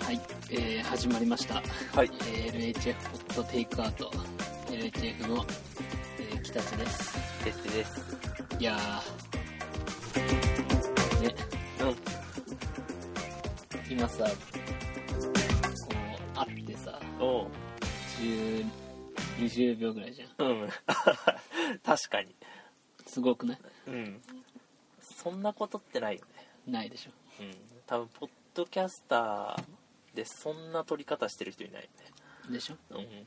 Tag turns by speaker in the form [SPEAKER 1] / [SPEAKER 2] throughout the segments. [SPEAKER 1] はい、えー始まりました。
[SPEAKER 2] はい。
[SPEAKER 1] えー LHF ホットテイクアウト。LHF の、えー、北地です。
[SPEAKER 2] 鉄です。
[SPEAKER 1] いやー。ね、
[SPEAKER 2] うん。
[SPEAKER 1] 今さ、こう、会ってさ、
[SPEAKER 2] おう。
[SPEAKER 1] 10 20秒ぐらいじゃん。
[SPEAKER 2] うん。 確かに。
[SPEAKER 1] すごくない
[SPEAKER 2] うん。そんなことってないよ
[SPEAKER 1] ないでしょ。
[SPEAKER 2] ね。うん。多分、ポッドキャスターでそんな撮り方してる人いない
[SPEAKER 1] でしょ
[SPEAKER 2] よね。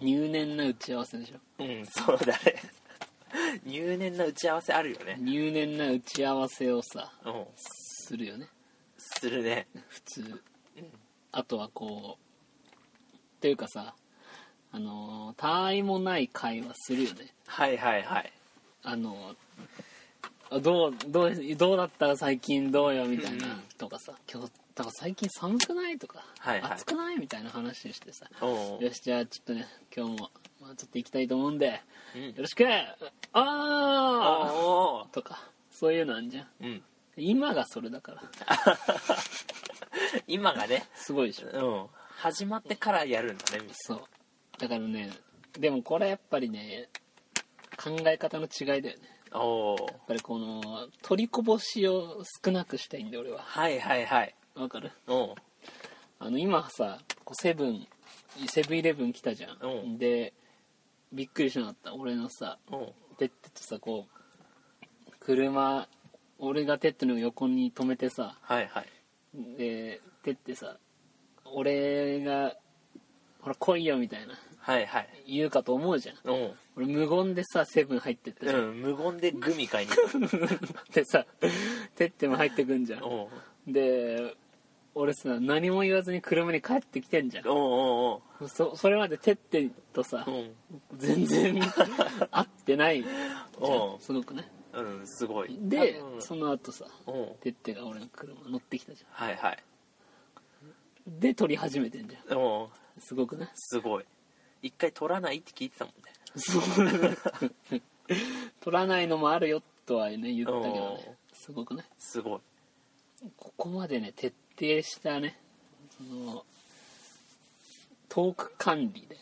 [SPEAKER 1] 入念な打ち合わせでしょ
[SPEAKER 2] うん。うん、そうだね。入念な打ち合わせあるよね。
[SPEAKER 1] 入念な打ち合わせをさ、
[SPEAKER 2] うん。
[SPEAKER 1] するよね。
[SPEAKER 2] するね。
[SPEAKER 1] 普通。あとはこう、というかさ、あのー、他愛もない会話するよね。
[SPEAKER 2] はいはいはい。
[SPEAKER 1] あのあどうどうどうだったら最近どうよみたいな、
[SPEAKER 2] うん
[SPEAKER 1] とかさ今日だから最近寒くないとか、
[SPEAKER 2] はいはい
[SPEAKER 1] 暑くないみたいな話してさ
[SPEAKER 2] おう。
[SPEAKER 1] よしじゃあちょっとね今日も、まあ、ちょっと行きたいと思うんでよ
[SPEAKER 2] うん。
[SPEAKER 1] ろしくあー
[SPEAKER 2] お
[SPEAKER 1] とかそういうのあんじゃん
[SPEAKER 2] う。うん。
[SPEAKER 1] 今がそれだから
[SPEAKER 2] 今がね、
[SPEAKER 1] すごいでしょ
[SPEAKER 2] うん。始まってからやるんだね、
[SPEAKER 1] そうだからねでもこれやっぱりね考え方の違いだよね
[SPEAKER 2] おう。
[SPEAKER 1] やっぱりこの取りこぼしを少なくしたいんで俺は
[SPEAKER 2] はいはいはい。
[SPEAKER 1] わかる
[SPEAKER 2] おう。
[SPEAKER 1] あの今さこうセブンセブンイレブン来たじゃん、
[SPEAKER 2] うん
[SPEAKER 1] でびっくりしなかった俺のさ
[SPEAKER 2] おう。
[SPEAKER 1] テッドとさこう車俺がテッドの横に止めてさ
[SPEAKER 2] はいはい。
[SPEAKER 1] でテッドさ俺が「ほら来いよ」みたいな
[SPEAKER 2] はいはい。
[SPEAKER 1] 言うかと思うじゃん
[SPEAKER 2] うん。
[SPEAKER 1] 俺無言でさセブン入ってって、
[SPEAKER 2] うん、無言でグミ買いに
[SPEAKER 1] でさテッドも入ってくんじゃん
[SPEAKER 2] おう
[SPEAKER 1] で俺さ何も言わずに車に帰ってきてんじゃん
[SPEAKER 2] おう
[SPEAKER 1] そそれまでテッドとさ、
[SPEAKER 2] おうおう
[SPEAKER 1] 全 然合ってないじゃん
[SPEAKER 2] うん
[SPEAKER 1] すごくね
[SPEAKER 2] うん、うん、すごい。
[SPEAKER 1] で
[SPEAKER 2] うん
[SPEAKER 1] その後さ
[SPEAKER 2] おう
[SPEAKER 1] てってが俺の車乗ってきたじ
[SPEAKER 2] はいはい。
[SPEAKER 1] ゃんで撮り始めてんじゃん
[SPEAKER 2] おう
[SPEAKER 1] すごく ね
[SPEAKER 2] すごい。一回取らないって聞いてたもんね。
[SPEAKER 1] 撮らないのもあるよとはね言ったけど
[SPEAKER 2] うん
[SPEAKER 1] ねすごくね
[SPEAKER 2] すごい。
[SPEAKER 1] ここまでね徹底したねそのトーク管理で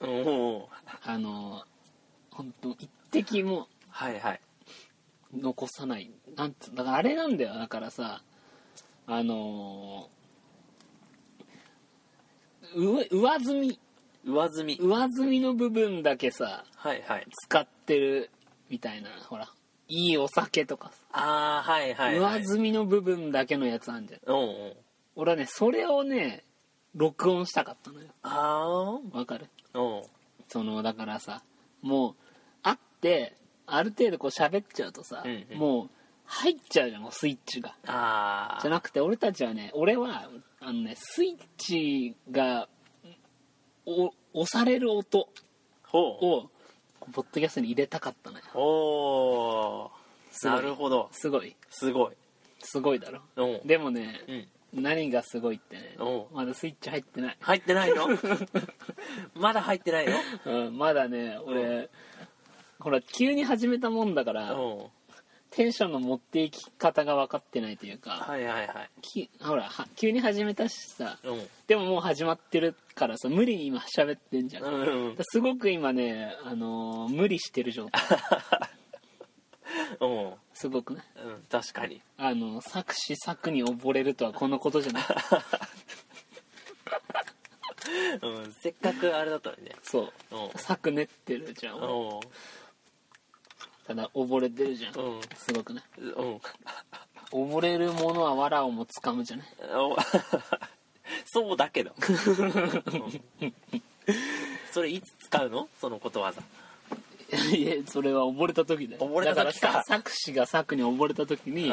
[SPEAKER 2] おうんおう
[SPEAKER 1] あの本当一滴も
[SPEAKER 2] はいはい。
[SPEAKER 1] 残さないなんつうだからあれなんだよだからさあのー、う上積み
[SPEAKER 2] 上積み。
[SPEAKER 1] 上積みの部分だけさ
[SPEAKER 2] はいはい。
[SPEAKER 1] 使ってるみたいなほらいいお酒とかさ、
[SPEAKER 2] あー、はいはい、はい。
[SPEAKER 1] 上積みの部分だけのやつあんじゃん
[SPEAKER 2] おうんおう
[SPEAKER 1] 俺はねそれをね録音したかったのよ
[SPEAKER 2] あー
[SPEAKER 1] わかる
[SPEAKER 2] おう
[SPEAKER 1] そのだからさもう会ってある程度こう喋っちゃうとさ、
[SPEAKER 2] うんうん
[SPEAKER 1] もう入っちゃうじゃんもうスイッチが
[SPEAKER 2] あー。
[SPEAKER 1] じゃなくて俺たちはね俺はあのねスイッチがお押される音
[SPEAKER 2] ほう。
[SPEAKER 1] をポッドキャストに入れたかったのよ
[SPEAKER 2] おー。
[SPEAKER 1] すごい
[SPEAKER 2] なるほど。
[SPEAKER 1] すごい
[SPEAKER 2] すごい。
[SPEAKER 1] すごいだろ
[SPEAKER 2] おう
[SPEAKER 1] でもね
[SPEAKER 2] う、ん。
[SPEAKER 1] 何がすごいってね
[SPEAKER 2] お
[SPEAKER 1] まだスイッチ入ってない、
[SPEAKER 2] 入っ てないのまだ入ってないの
[SPEAKER 1] うん、まだね
[SPEAKER 2] う
[SPEAKER 1] 俺ほら急に始めたもんだから
[SPEAKER 2] おう
[SPEAKER 1] テンションの持っていき方が分かってないというか
[SPEAKER 2] はいはいはい。
[SPEAKER 1] きほらは急に始めたしさ
[SPEAKER 2] うん。
[SPEAKER 1] でももう始まってるからさ無理に今喋ってんじゃん
[SPEAKER 2] うんうんうん
[SPEAKER 1] だからすごく今ね、あのー無理してる状態
[SPEAKER 2] うん、うん、
[SPEAKER 1] すごくね
[SPEAKER 2] 確かに
[SPEAKER 1] あの作詞作に溺れるとはこのこと じゃない
[SPEAKER 2] うんせっかくあれだったのにね
[SPEAKER 1] そう
[SPEAKER 2] うん
[SPEAKER 1] 作練ってるじゃん
[SPEAKER 2] う
[SPEAKER 1] ただ溺れてるじゃん
[SPEAKER 2] んうん
[SPEAKER 1] すごくね
[SPEAKER 2] うん
[SPEAKER 1] 溺れるものは藁をもつかむじゃない
[SPEAKER 2] おそうだけど、うんそれいつ使うのそのことわざ
[SPEAKER 1] いやそれは溺れた時だよ
[SPEAKER 2] 溺れた時か
[SPEAKER 1] だからさ作詞が作に溺れた時に
[SPEAKER 2] うん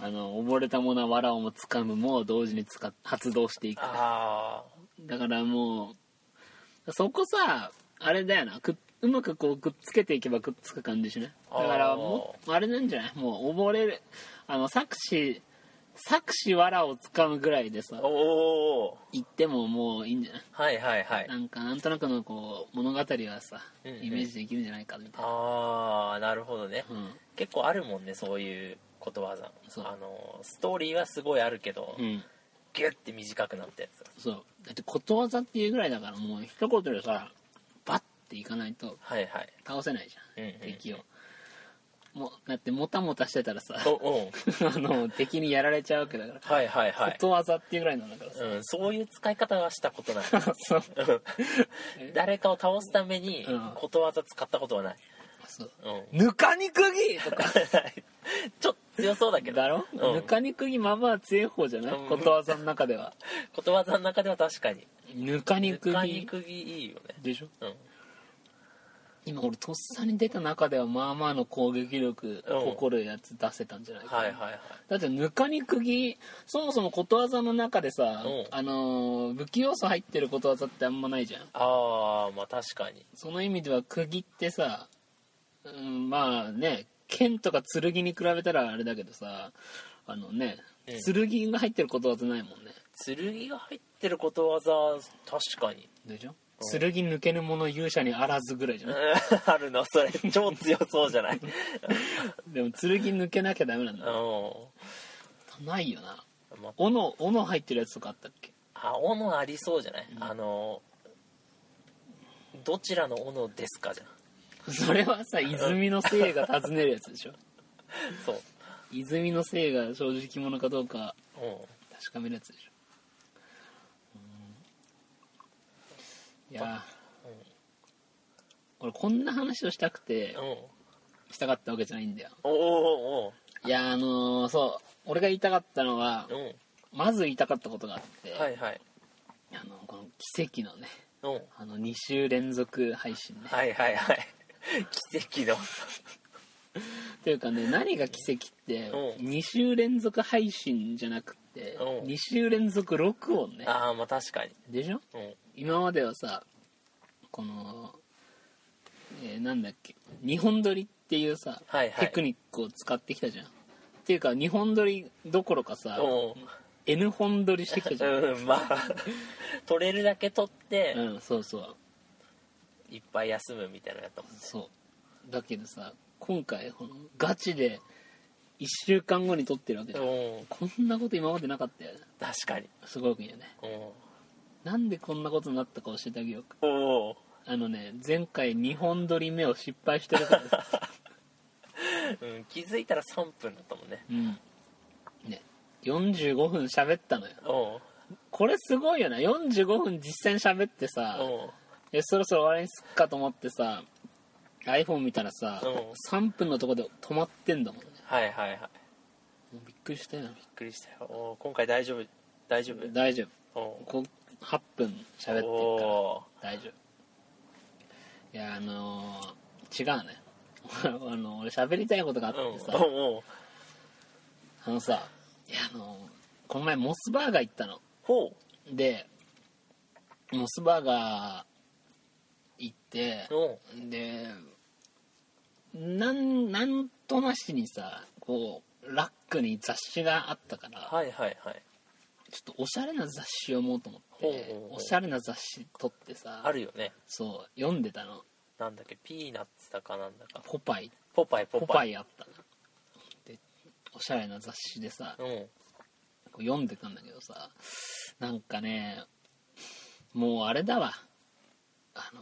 [SPEAKER 1] あの溺れたものは藁をもつかむも同時に使っ発動していく
[SPEAKER 2] あ
[SPEAKER 1] だからもうそこさあれだよなくうまくこうくっつけていけばくっつく感じしないだからもうあれなんじゃないもう溺れるあの作詞作詞わらをつかむぐらいでさ
[SPEAKER 2] おお
[SPEAKER 1] 言ってももういいんじゃない
[SPEAKER 2] はいはいはい
[SPEAKER 1] なんかなんとなくのこう物語はさ
[SPEAKER 2] うんうん
[SPEAKER 1] イメージできるんじゃないかみたいな、
[SPEAKER 2] ああなるほどね、
[SPEAKER 1] うん
[SPEAKER 2] 結構あるもんねそういうことわざ
[SPEAKER 1] そう
[SPEAKER 2] あのストーリーはすごいあるけど、
[SPEAKER 1] うん、
[SPEAKER 2] ギュッて短くなったやつ
[SPEAKER 1] そうだってことわざっていうぐらいだからもう一言でさバッていかないと
[SPEAKER 2] はいはい
[SPEAKER 1] 倒せないじ
[SPEAKER 2] うんうん
[SPEAKER 1] ゃん敵をもうだってもたもたしてたらさ
[SPEAKER 2] お
[SPEAKER 1] あ
[SPEAKER 2] うん
[SPEAKER 1] の敵にやられちゃうわけだから
[SPEAKER 2] はいはいはい
[SPEAKER 1] こ、とわざっていうぐらいなんだからさ
[SPEAKER 2] うん、そういう使い方はしたこ とない
[SPEAKER 1] そう
[SPEAKER 2] うん誰かを倒すために
[SPEAKER 1] うん
[SPEAKER 2] ことわざ使ったことはない、
[SPEAKER 1] そう
[SPEAKER 2] うん、
[SPEAKER 1] ぬかにくぎとか
[SPEAKER 2] ちょっと強そうだけど
[SPEAKER 1] だろ、
[SPEAKER 2] うん
[SPEAKER 1] ぬかにくぎまあまあ強い方じゃない、
[SPEAKER 2] うん
[SPEAKER 1] ことわざの中では
[SPEAKER 2] ことわざの中では確かに
[SPEAKER 1] ぬかにく
[SPEAKER 2] ぬかに
[SPEAKER 1] ぎ
[SPEAKER 2] くぎいいよね
[SPEAKER 1] でしょ
[SPEAKER 2] うん
[SPEAKER 1] 今俺とっさに出た中ではまあまあの攻撃力
[SPEAKER 2] うん
[SPEAKER 1] 誇るやつ出せたんじゃないかな
[SPEAKER 2] はいはいはい
[SPEAKER 1] だってぬかにくぎそもそもことわざの中でさ、
[SPEAKER 2] うん
[SPEAKER 1] あのー武器要素入ってることわざってあんまないじゃん
[SPEAKER 2] ああまあ確かに
[SPEAKER 1] その意味では釘ってさ、うん、まあね剣とか剣に比べたらあれだけどさあのね
[SPEAKER 2] うん
[SPEAKER 1] 剣が入ってることわざないもんね
[SPEAKER 2] 剣が入ってることわざ確かに
[SPEAKER 1] でしょ剣抜けぬ者勇者にあらずぐらいじゃ
[SPEAKER 2] うん
[SPEAKER 1] ない、
[SPEAKER 2] あるのそれ超強そうじゃない
[SPEAKER 1] でも剣抜けなきゃダメなん
[SPEAKER 2] う
[SPEAKER 1] だ
[SPEAKER 2] ん
[SPEAKER 1] ないよな
[SPEAKER 2] ま
[SPEAKER 1] 斧斧入ってるやつとかあったっけ
[SPEAKER 2] あ斧ありそうじゃない、
[SPEAKER 1] ん
[SPEAKER 2] あのどちらの斧ですかじゃ
[SPEAKER 1] それはさ泉の精鋭が尋ねるやつでしょ
[SPEAKER 2] んそう、
[SPEAKER 1] 泉の精が正直者かどうか
[SPEAKER 2] う
[SPEAKER 1] 確かめるやつでしょうんいやー
[SPEAKER 2] うん
[SPEAKER 1] 俺こんな話をしたくて
[SPEAKER 2] んうん、
[SPEAKER 1] したかったわけじゃないんだよ
[SPEAKER 2] おおーお
[SPEAKER 1] いやーあのーそう俺が言いたかったのは
[SPEAKER 2] ーおー
[SPEAKER 1] まず言いたかったことがあって、
[SPEAKER 2] うんはいはい
[SPEAKER 1] あのこの奇跡のね
[SPEAKER 2] うん
[SPEAKER 1] あの2週連続配信ね、
[SPEAKER 2] はいはいはい 奇跡の
[SPEAKER 1] というかね何が奇跡って
[SPEAKER 2] うん
[SPEAKER 1] 2週連続配信じゃなくて
[SPEAKER 2] うん
[SPEAKER 1] 2週連続録音ね
[SPEAKER 2] ああまあ確かに
[SPEAKER 1] でしょ
[SPEAKER 2] うん
[SPEAKER 1] 今まではさこの、えーなんだっけ日本撮りっていうさ、
[SPEAKER 2] はいは
[SPEAKER 1] テ
[SPEAKER 2] い
[SPEAKER 1] クニックを使ってきたじゃんっていうか日本撮りどころかさ
[SPEAKER 2] お
[SPEAKER 1] N 本撮りしてきたじ ゃん
[SPEAKER 2] うんまあ取れるだけ取って、
[SPEAKER 1] うんそうそう
[SPEAKER 2] いっぱい休むみたいなのやったもん
[SPEAKER 1] そうだけどさ今回このガチで1週間後に撮ってるわけじゃん
[SPEAKER 2] うん
[SPEAKER 1] こんなこと今までなかったよね
[SPEAKER 2] 確かに
[SPEAKER 1] すごくいいよね
[SPEAKER 2] うん
[SPEAKER 1] なんでこんなことになったか教えてあげようか
[SPEAKER 2] おお
[SPEAKER 1] あのね前回2本撮り目を失敗してるからさ
[SPEAKER 2] うん、気づいたら3分だったもんね
[SPEAKER 1] うんね45分喋ったのよ
[SPEAKER 2] おう
[SPEAKER 1] これすごいよな45分実際に喋ってさ
[SPEAKER 2] おう
[SPEAKER 1] えそろそろ終わりにすっかと思ってさ iPhone 見たらさ
[SPEAKER 2] う
[SPEAKER 1] 3分のとこで止まってんだもんね
[SPEAKER 2] はいはいはいび
[SPEAKER 1] も
[SPEAKER 2] っ
[SPEAKER 1] うびっくりしたよ
[SPEAKER 2] くりしたよおう今回大丈夫大丈夫
[SPEAKER 1] 大丈
[SPEAKER 2] お
[SPEAKER 1] 夫
[SPEAKER 2] う
[SPEAKER 1] こ8分喋ってるから
[SPEAKER 2] お
[SPEAKER 1] 大丈夫いやあのー違うね あの俺喋りたいことがあっ
[SPEAKER 2] ううん
[SPEAKER 1] てさ、
[SPEAKER 2] おう
[SPEAKER 1] あのさいやあのーこの前モスバーガー行ったの
[SPEAKER 2] ほ
[SPEAKER 1] でモスバーガー行って
[SPEAKER 2] うおう
[SPEAKER 1] でなんなんとなしにさこうラックに雑誌があったから、
[SPEAKER 2] はいはいはい
[SPEAKER 1] ちょっとおしゃれな雑誌読もうと思って
[SPEAKER 2] ほうほうほう
[SPEAKER 1] おしゃれな雑誌取ってさ
[SPEAKER 2] あるよね
[SPEAKER 1] そう読んでたの
[SPEAKER 2] なんだっけピーナッツだかなんだか
[SPEAKER 1] ポパイ
[SPEAKER 2] ポパイポ
[SPEAKER 1] ポ
[SPEAKER 2] パイ
[SPEAKER 1] パイあったなでおしゃれな雑誌でさ
[SPEAKER 2] うん
[SPEAKER 1] こう読んでたんだけどさなんかねもうあれだわあの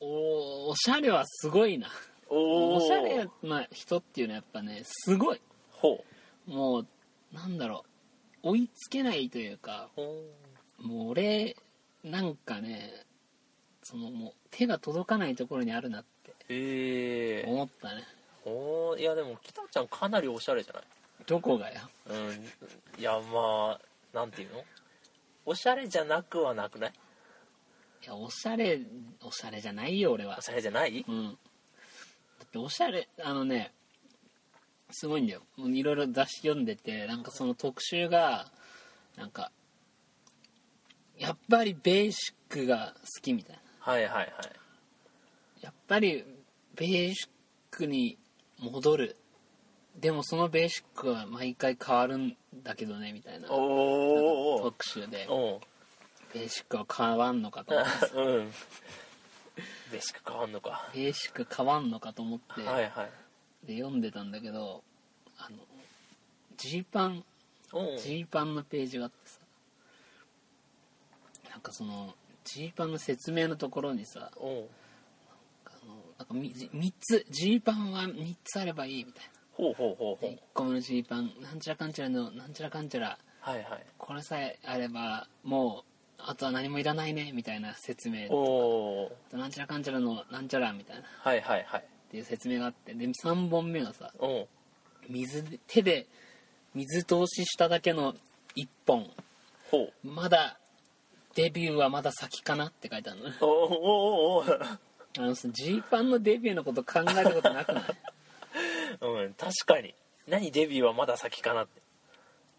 [SPEAKER 1] おおしゃれはすごいな
[SPEAKER 2] お
[SPEAKER 1] お
[SPEAKER 2] ー
[SPEAKER 1] しゃれな人っていうのはやっぱねすごい
[SPEAKER 2] ほ
[SPEAKER 1] もうなんだろう追いつけないというか
[SPEAKER 2] うおう
[SPEAKER 1] もう俺なんかねそのもう手が届かないところにあるなって
[SPEAKER 2] へえ
[SPEAKER 1] 思ったね
[SPEAKER 2] おーいやでも北ちゃんかなりおしゃれじゃない
[SPEAKER 1] どこがよ
[SPEAKER 2] うんいやまあなんていうのおしゃれじゃなくはなくない
[SPEAKER 1] いやおしゃれおしゃれじゃないよ俺は
[SPEAKER 2] おしゃれじゃない
[SPEAKER 1] うんだっておしゃれあのねすごいんだよもういろいろ雑誌読んでてなんかその特集がなんかやっぱりベーシックが好きみたいな
[SPEAKER 2] はいはいはい
[SPEAKER 1] やっぱりベーシックに戻るでもそのベーシックは毎回変わるんだけどねみたいな
[SPEAKER 2] おー
[SPEAKER 1] 特集で
[SPEAKER 2] お
[SPEAKER 1] ベーシックは変わんのかと思って
[SPEAKER 2] ーうんベーシック変わんのか
[SPEAKER 1] ベーシック変わんのかと思って、
[SPEAKER 2] はいはい
[SPEAKER 1] で読んでたんだけどあのジーパン
[SPEAKER 2] おー
[SPEAKER 1] ジーパンのページがあってさなんかそのジーパンの説明のところにさ
[SPEAKER 2] おー
[SPEAKER 1] あのなんかみ3つジーパンは3つあればいいみたい
[SPEAKER 2] ほうほうほうほ
[SPEAKER 1] な
[SPEAKER 2] う
[SPEAKER 1] 1個目のジーパンなんちゃらかんちゃらのなんちゃらかんちゃら
[SPEAKER 2] はいはい
[SPEAKER 1] これさえあればもうあとは何もいらないねみたいな説明
[SPEAKER 2] おお
[SPEAKER 1] あとなんちゃらかんちゃらのなんちゃらみたいなっ
[SPEAKER 2] はいはいはい
[SPEAKER 1] ていう説明があってで3本目がさ
[SPEAKER 2] おお
[SPEAKER 1] 水で手で水通ししただけの1本
[SPEAKER 2] ほう
[SPEAKER 1] まだデビューはまだ先かなって書いてあるのね
[SPEAKER 2] おーおー
[SPEAKER 1] あのさジーパンのデビューのこと考えたことなくない
[SPEAKER 2] おおうん確かに何デビューはまだ先かなって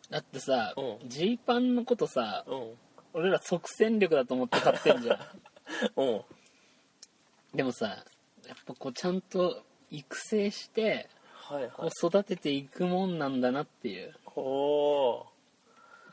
[SPEAKER 1] だってさ
[SPEAKER 2] うん
[SPEAKER 1] ジーパンのことさ
[SPEAKER 2] うん
[SPEAKER 1] 俺ら即戦力だと思って買ってんじゃ
[SPEAKER 2] おー
[SPEAKER 1] んでもさやっぱこうちゃんと育成して
[SPEAKER 2] はいは
[SPEAKER 1] こ
[SPEAKER 2] いう
[SPEAKER 1] 育てていくもんなんだなっていう
[SPEAKER 2] おお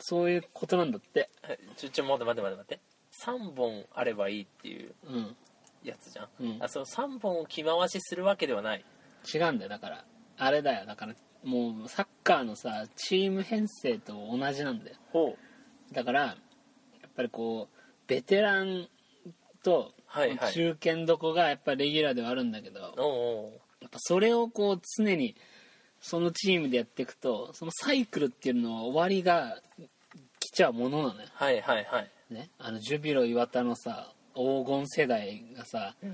[SPEAKER 1] そういうことなんだって
[SPEAKER 2] ーえちょちょ待って待って待って待って3本あればいいっていう
[SPEAKER 1] うん
[SPEAKER 2] やつじゃん、
[SPEAKER 1] うん
[SPEAKER 2] あその3本を着回しするわけではない
[SPEAKER 1] 違うんだよだからあれだよだからもうサッカーのさチーム編成と同じなんだよ
[SPEAKER 2] ほう
[SPEAKER 1] だからやっぱりこうベテランと
[SPEAKER 2] はいはい
[SPEAKER 1] 中堅どこがやっぱレギュラーではあるんだけど、
[SPEAKER 2] おお
[SPEAKER 1] やっぱそれをこう常にそのチームでやっていくとそのサイクルっていうのは終わりが来ちゃうものなのよ、
[SPEAKER 2] はいはいはい
[SPEAKER 1] ね、あのジュビロ磐田のさ黄金世代がさ、
[SPEAKER 2] ん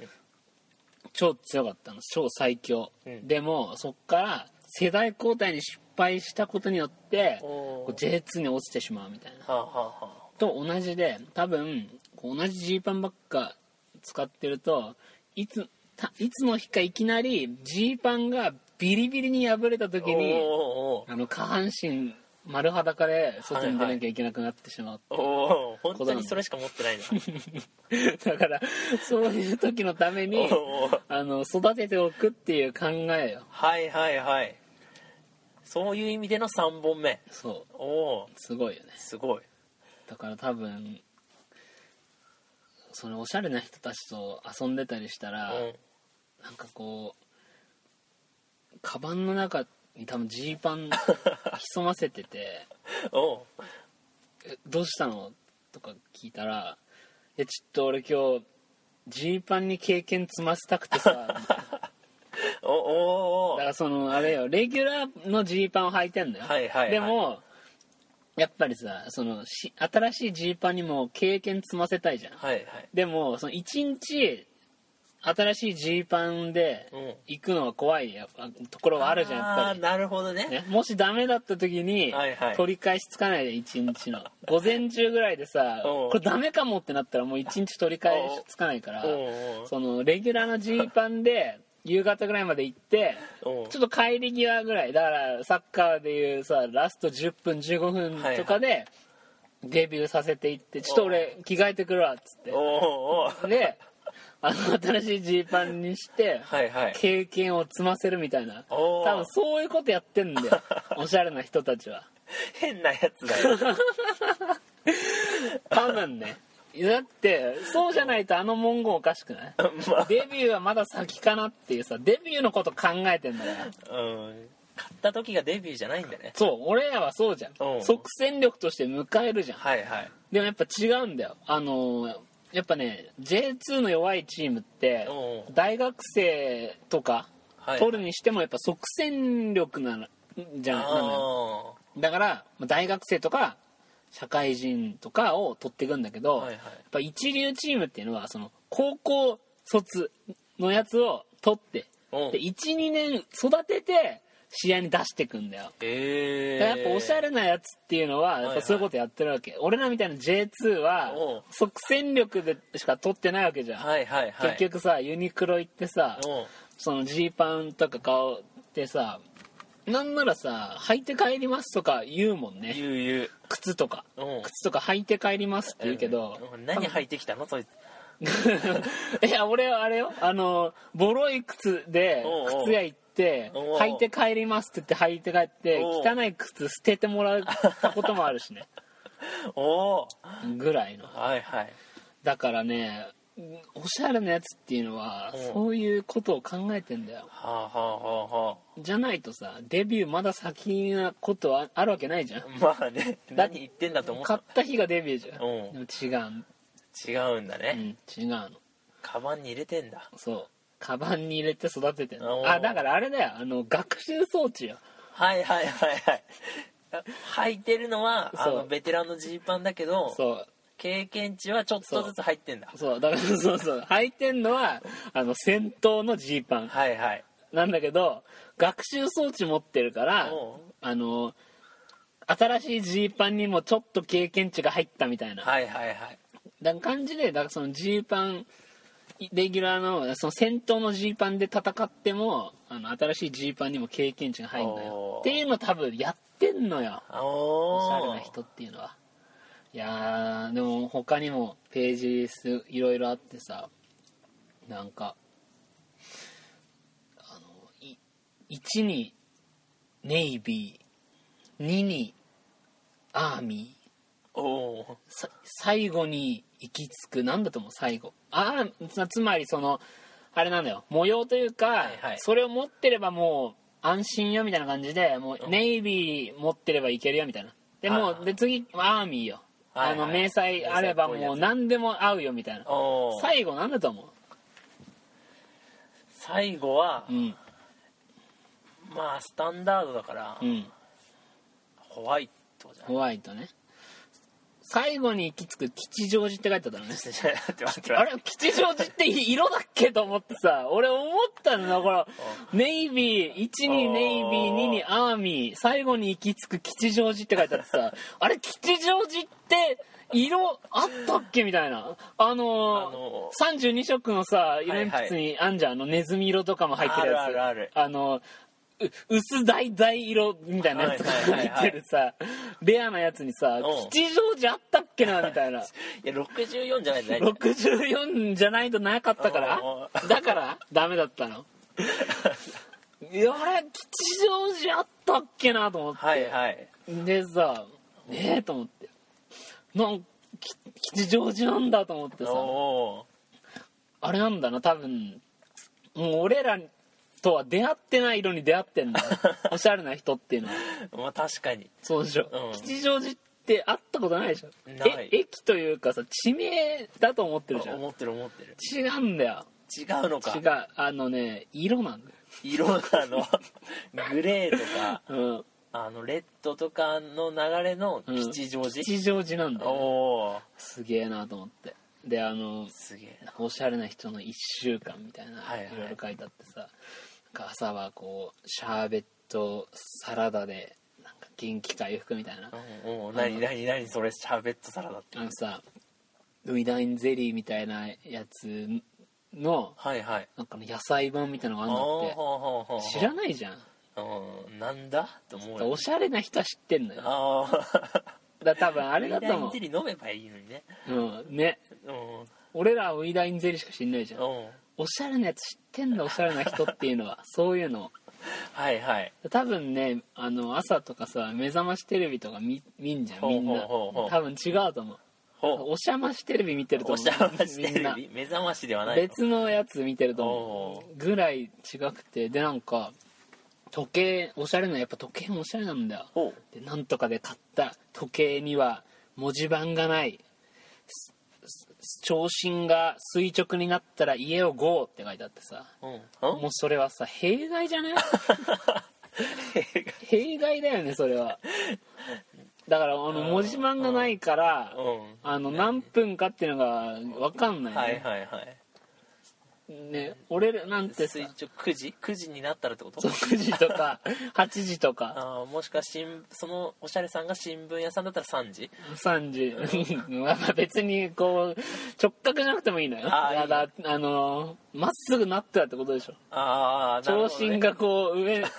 [SPEAKER 1] 超強かったの超最強、
[SPEAKER 2] うん
[SPEAKER 1] でもそっから世代交代に失敗したことによって
[SPEAKER 2] お
[SPEAKER 1] こう
[SPEAKER 2] ー
[SPEAKER 1] J2 に落ちてしまうみたいな
[SPEAKER 2] はあ、はあはあ、
[SPEAKER 1] と同じで多分こう同じジーパンばっか使ってるといつたいつの日かいきなりジーパンがビリビリに破れた時
[SPEAKER 2] おー
[SPEAKER 1] に
[SPEAKER 2] おー
[SPEAKER 1] あの下半身丸裸で外に出なきゃいけなくなってしまう、
[SPEAKER 2] おーおー本当にそれしか持ってないな
[SPEAKER 1] だからそういう時のため
[SPEAKER 2] お
[SPEAKER 1] に
[SPEAKER 2] ーおー
[SPEAKER 1] あの育てておくっていう考えよ
[SPEAKER 2] はいはいはいそういう意味での3本目
[SPEAKER 1] そう
[SPEAKER 2] おお
[SPEAKER 1] すごいよね
[SPEAKER 2] すごい
[SPEAKER 1] だから多分そのおしゃれな人たちと遊んでたりしたら、
[SPEAKER 2] う
[SPEAKER 1] なんかこうカバンの中に多分ジーパン潜ませてて
[SPEAKER 2] んおう
[SPEAKER 1] 「えどうしたの?」とか聞いたら「いやちょっと俺今日ジーパンに経験積ませたくてさ」みたいな
[SPEAKER 2] お
[SPEAKER 1] だ
[SPEAKER 2] おー
[SPEAKER 1] か
[SPEAKER 2] おー
[SPEAKER 1] らそのあれよレギュラーのジーパンを履いてんだよ、
[SPEAKER 2] はいはいはい
[SPEAKER 1] でもやっぱりさそのし新しいジーパンにも経験積ませたいじゃん、
[SPEAKER 2] はいはい
[SPEAKER 1] でもその一日新しいジーパンで
[SPEAKER 2] うん
[SPEAKER 1] 行くのは怖いやっぱところはあるじゃんやっぱ
[SPEAKER 2] あ
[SPEAKER 1] り
[SPEAKER 2] ーなるほどね
[SPEAKER 1] ね、もしダメだった時に、
[SPEAKER 2] はいはい
[SPEAKER 1] 取り返しつかないで一日の午前中ぐらいでさ
[SPEAKER 2] う
[SPEAKER 1] こ
[SPEAKER 2] ん
[SPEAKER 1] れダメかもってなったらもう一日取り返しつかないから
[SPEAKER 2] おうおう
[SPEAKER 1] そのレギュラーのジーパンで夕方ぐらいまで行って
[SPEAKER 2] おう
[SPEAKER 1] ちょっと帰り際ぐらいだからサッカーでいうさラスト10分15分とかでデビューさせていって「ちょっと俺着替えてくるわ」っつって
[SPEAKER 2] おおおー
[SPEAKER 1] であの新しいジーパンにして
[SPEAKER 2] はいはい
[SPEAKER 1] 経験を積ませるみたいな
[SPEAKER 2] お
[SPEAKER 1] 多
[SPEAKER 2] ー
[SPEAKER 1] 分そういうことやってんだ よおしゃれな人たちは
[SPEAKER 2] 変なやつ だよ
[SPEAKER 1] 多分ねだってそうじゃないとあの文言おかしくない
[SPEAKER 2] まあ
[SPEAKER 1] デビューはまだ先かなっていうさデビューのこと考えてんだから
[SPEAKER 2] うん買った時がデビューじゃないんだね
[SPEAKER 1] そう俺らはそうじゃん
[SPEAKER 2] うん
[SPEAKER 1] 即戦力として迎えるじゃん
[SPEAKER 2] はいはい
[SPEAKER 1] でもやっぱ違うんだよあのーやっぱね J2 の弱いチームって
[SPEAKER 2] うん
[SPEAKER 1] 大学生とか
[SPEAKER 2] はい
[SPEAKER 1] 取るにしてもやっぱ即戦力なのじゃんなのよ
[SPEAKER 2] あ
[SPEAKER 1] だからまあ大学生とか社会人とかを取っていくんだけど、
[SPEAKER 2] はいはい
[SPEAKER 1] やっぱ一流チームっていうのはその高校卒のやつを取って
[SPEAKER 2] うん
[SPEAKER 1] で12年育てて試合に出していくんだよ
[SPEAKER 2] ーえ
[SPEAKER 1] だ
[SPEAKER 2] ー、
[SPEAKER 1] からやっぱおしゃれなやつっていうのはやっぱそういうことやってるわけ、俺らみたいな J2
[SPEAKER 2] おう
[SPEAKER 1] は即戦力でしか取ってないわけじゃん、
[SPEAKER 2] はいはいはい
[SPEAKER 1] 結局さユニクロ行ってさ
[SPEAKER 2] うん
[SPEAKER 1] そのジーパンとか買ってさなんならさ履いて帰りますとか言うもんね
[SPEAKER 2] ゆうゆ
[SPEAKER 1] 靴とか、
[SPEAKER 2] うん
[SPEAKER 1] 靴とか履いて帰りますって言うけど、
[SPEAKER 2] うん 何履いてきたのそいつ
[SPEAKER 1] いや俺はあれよあのボロい靴で
[SPEAKER 2] おうおう
[SPEAKER 1] 靴屋行っって
[SPEAKER 2] おー
[SPEAKER 1] 履いて帰りますって言って履いて帰って
[SPEAKER 2] お
[SPEAKER 1] 汚
[SPEAKER 2] ー
[SPEAKER 1] い靴捨ててもらったこともあるし ね
[SPEAKER 2] おお
[SPEAKER 1] ぐらいの
[SPEAKER 2] はいはい
[SPEAKER 1] だからねうんおしゃれなやつっていうのは
[SPEAKER 2] おう
[SPEAKER 1] そういうことを考えてんだよ
[SPEAKER 2] はあはあはあは
[SPEAKER 1] じゃないとさデビューまだ先なことはあるわけないじゃん
[SPEAKER 2] あまあね何言ってんだと思っ
[SPEAKER 1] 買ったた日がデビューじゃん
[SPEAKER 2] おう
[SPEAKER 1] でも違う
[SPEAKER 2] 違うんだ
[SPEAKER 1] う
[SPEAKER 2] ね、
[SPEAKER 1] ん違うの
[SPEAKER 2] カバンに入れてんだ
[SPEAKER 1] そうカバンに入れて育ててんの
[SPEAKER 2] おー
[SPEAKER 1] あだからあれだよあの学習装置よ
[SPEAKER 2] はいはいはいはいあ履いてるのはあ
[SPEAKER 1] そう
[SPEAKER 2] のベテランのジーパンだけど
[SPEAKER 1] そう
[SPEAKER 2] 経験値はちょっとずつ入ってんだ
[SPEAKER 1] そうだからそうそう履いてんのはあの先頭のジーパン
[SPEAKER 2] はいはい
[SPEAKER 1] なんだけど学習装置持ってるから
[SPEAKER 2] おう
[SPEAKER 1] あの新しいジーパンにもちょっと経験値が入ったみたいな
[SPEAKER 2] はいはいはい
[SPEAKER 1] だから感じでだからそのジーパンレギュラーのその先頭のジーパンで戦ってもあの新しいジーパンにも経験値が入るんだよ
[SPEAKER 2] おー
[SPEAKER 1] っていうの多分やってんのよ
[SPEAKER 2] お
[SPEAKER 1] おしゃれ
[SPEAKER 2] お
[SPEAKER 1] な人っていうのはいやーでも他にもページ数いろいろあってさなんかあのい1にネイビー2にアーミー
[SPEAKER 2] おお
[SPEAKER 1] さ最後に行き着くなんだと思う最後あーつつまりそのあれなんだよ模様というか、
[SPEAKER 2] いはい
[SPEAKER 1] それを持ってればもう安心よみたいな感じでも
[SPEAKER 2] う
[SPEAKER 1] うんネイビー持ってればいけるよみたいなでも
[SPEAKER 2] は
[SPEAKER 1] う
[SPEAKER 2] い
[SPEAKER 1] で次アーミーよ、
[SPEAKER 2] はいはい
[SPEAKER 1] あの迷彩あれば
[SPEAKER 2] 迷彩っぽいや
[SPEAKER 1] もう
[SPEAKER 2] つ
[SPEAKER 1] 何でも合うよみたいな
[SPEAKER 2] おお
[SPEAKER 1] 最後なんだと思
[SPEAKER 2] 最後は
[SPEAKER 1] ううん
[SPEAKER 2] まあスタンダードだから
[SPEAKER 1] うん
[SPEAKER 2] ホワイトじゃない
[SPEAKER 1] ホワイトね最後に行き着く吉祥寺って書いてあったのね
[SPEAKER 2] ちょっと待って待って
[SPEAKER 1] あれ吉祥寺って色だっけと思ってさ俺思ったのだからネイビー1にネイビー2にアーミー最後に行き着く吉祥寺って書いてあって さあれ吉祥寺って色あったっけみたいなあのー
[SPEAKER 2] あの
[SPEAKER 1] 32色のさ色鉛筆にあんじゃん、あのネズミ色とかも入ってるやつ
[SPEAKER 2] あるある
[SPEAKER 1] あのう薄大々色みたいなやつが
[SPEAKER 2] は
[SPEAKER 1] 入
[SPEAKER 2] いはいはいはい
[SPEAKER 1] ってるさレアなやつにさ
[SPEAKER 2] うん
[SPEAKER 1] 吉祥寺あったっけなみたいな。
[SPEAKER 2] いや64じゃないじゃない
[SPEAKER 1] 64じゃないとなかったから
[SPEAKER 2] お
[SPEAKER 1] だからダメだったのいやあれ吉祥寺あったっけなと思って、
[SPEAKER 2] はいはい
[SPEAKER 1] でさええと思ってなんき吉祥寺なんだと思って
[SPEAKER 2] お
[SPEAKER 1] さ
[SPEAKER 2] お
[SPEAKER 1] あれなんだな多分もう俺らとは出会ってない色に出会ってんだ おしゃれな人っていうのは
[SPEAKER 2] ーまあ確かに
[SPEAKER 1] そうでしょ、
[SPEAKER 2] うん
[SPEAKER 1] 吉祥寺って会ったことないでしょ
[SPEAKER 2] ない
[SPEAKER 1] え駅というかさ地名だと思ってるじゃん
[SPEAKER 2] 思ってる思ってる
[SPEAKER 1] 違うんだよ
[SPEAKER 2] 違うのか
[SPEAKER 1] 違うあのね色なんだよ
[SPEAKER 2] 色があのグレーとか
[SPEAKER 1] うん
[SPEAKER 2] あのレッドとかの流れの吉祥寺、
[SPEAKER 1] 吉祥寺なんだ
[SPEAKER 2] お
[SPEAKER 1] よ
[SPEAKER 2] お
[SPEAKER 1] すげえなと思ってであの
[SPEAKER 2] すげえな
[SPEAKER 1] おしゃれな人の1週間みたいな、
[SPEAKER 2] はいいはい
[SPEAKER 1] ろいろ書いてあってさなんか朝はこうシャーベットサラダでなんか元気回復みたいな
[SPEAKER 2] うんうん何何何それシャーベットサラダって
[SPEAKER 1] あのさウイダインゼリーみたいなやつの
[SPEAKER 2] はいはい
[SPEAKER 1] なんかね野菜版みたいなのがあるんだって
[SPEAKER 2] あ
[SPEAKER 1] 知らないじゃん
[SPEAKER 2] うんなんだと思うよ
[SPEAKER 1] おしゃれな人は知ってんのよだか
[SPEAKER 2] あ
[SPEAKER 1] ら多分あ
[SPEAKER 2] あ
[SPEAKER 1] れだと思う
[SPEAKER 2] リ飲めばいいのにね
[SPEAKER 1] うんね
[SPEAKER 2] うんうん
[SPEAKER 1] 俺らはウイダインゼリーしか知んないじゃんおしゃれなやつ知ってんだおしゃれな人っていうの はそういうの
[SPEAKER 2] はいはい
[SPEAKER 1] 多分ねあの朝とかさ目覚ましテレビとか見見んじゃん
[SPEAKER 2] ほう
[SPEAKER 1] みんな
[SPEAKER 2] ほうほうほう
[SPEAKER 1] 多分違うと思う
[SPEAKER 2] ほう
[SPEAKER 1] おしゃましテレビ見てると
[SPEAKER 2] お
[SPEAKER 1] 思う
[SPEAKER 2] しゃましテ
[SPEAKER 1] みん
[SPEAKER 2] レ
[SPEAKER 1] な
[SPEAKER 2] ビ目覚ましではないの
[SPEAKER 1] 別のやつ見てると思
[SPEAKER 2] お
[SPEAKER 1] うぐらい違くてでなんか時計おしゃれなやっぱ時計もおしゃれなんだよ
[SPEAKER 2] ほ
[SPEAKER 1] でなんとかで買った時計には文字盤がないすす長針が垂直になったら家を GO って書いてあってさ
[SPEAKER 2] ううん
[SPEAKER 1] もうそれはさ弊害 じゃない弊害だよねそれはだからあの文字盤がないから
[SPEAKER 2] うん
[SPEAKER 1] あの何分かっていうのが分かんない、ね
[SPEAKER 2] はいはいはい
[SPEAKER 1] ね、俺らなんてさ
[SPEAKER 2] 垂直9時9時になったらってこと
[SPEAKER 1] 6時とか8時とか
[SPEAKER 2] あーもしか新そのおしゃれさんが新聞屋さんだったら3時
[SPEAKER 1] 3時 まあ別にこう直角じゃなくてもいいのよ
[SPEAKER 2] あーいい
[SPEAKER 1] だ
[SPEAKER 2] よ
[SPEAKER 1] からあのーまっすぐなったらってことでしょ
[SPEAKER 2] ああなる
[SPEAKER 1] 長
[SPEAKER 2] ほど、ね、
[SPEAKER 1] 身がこう 上まっ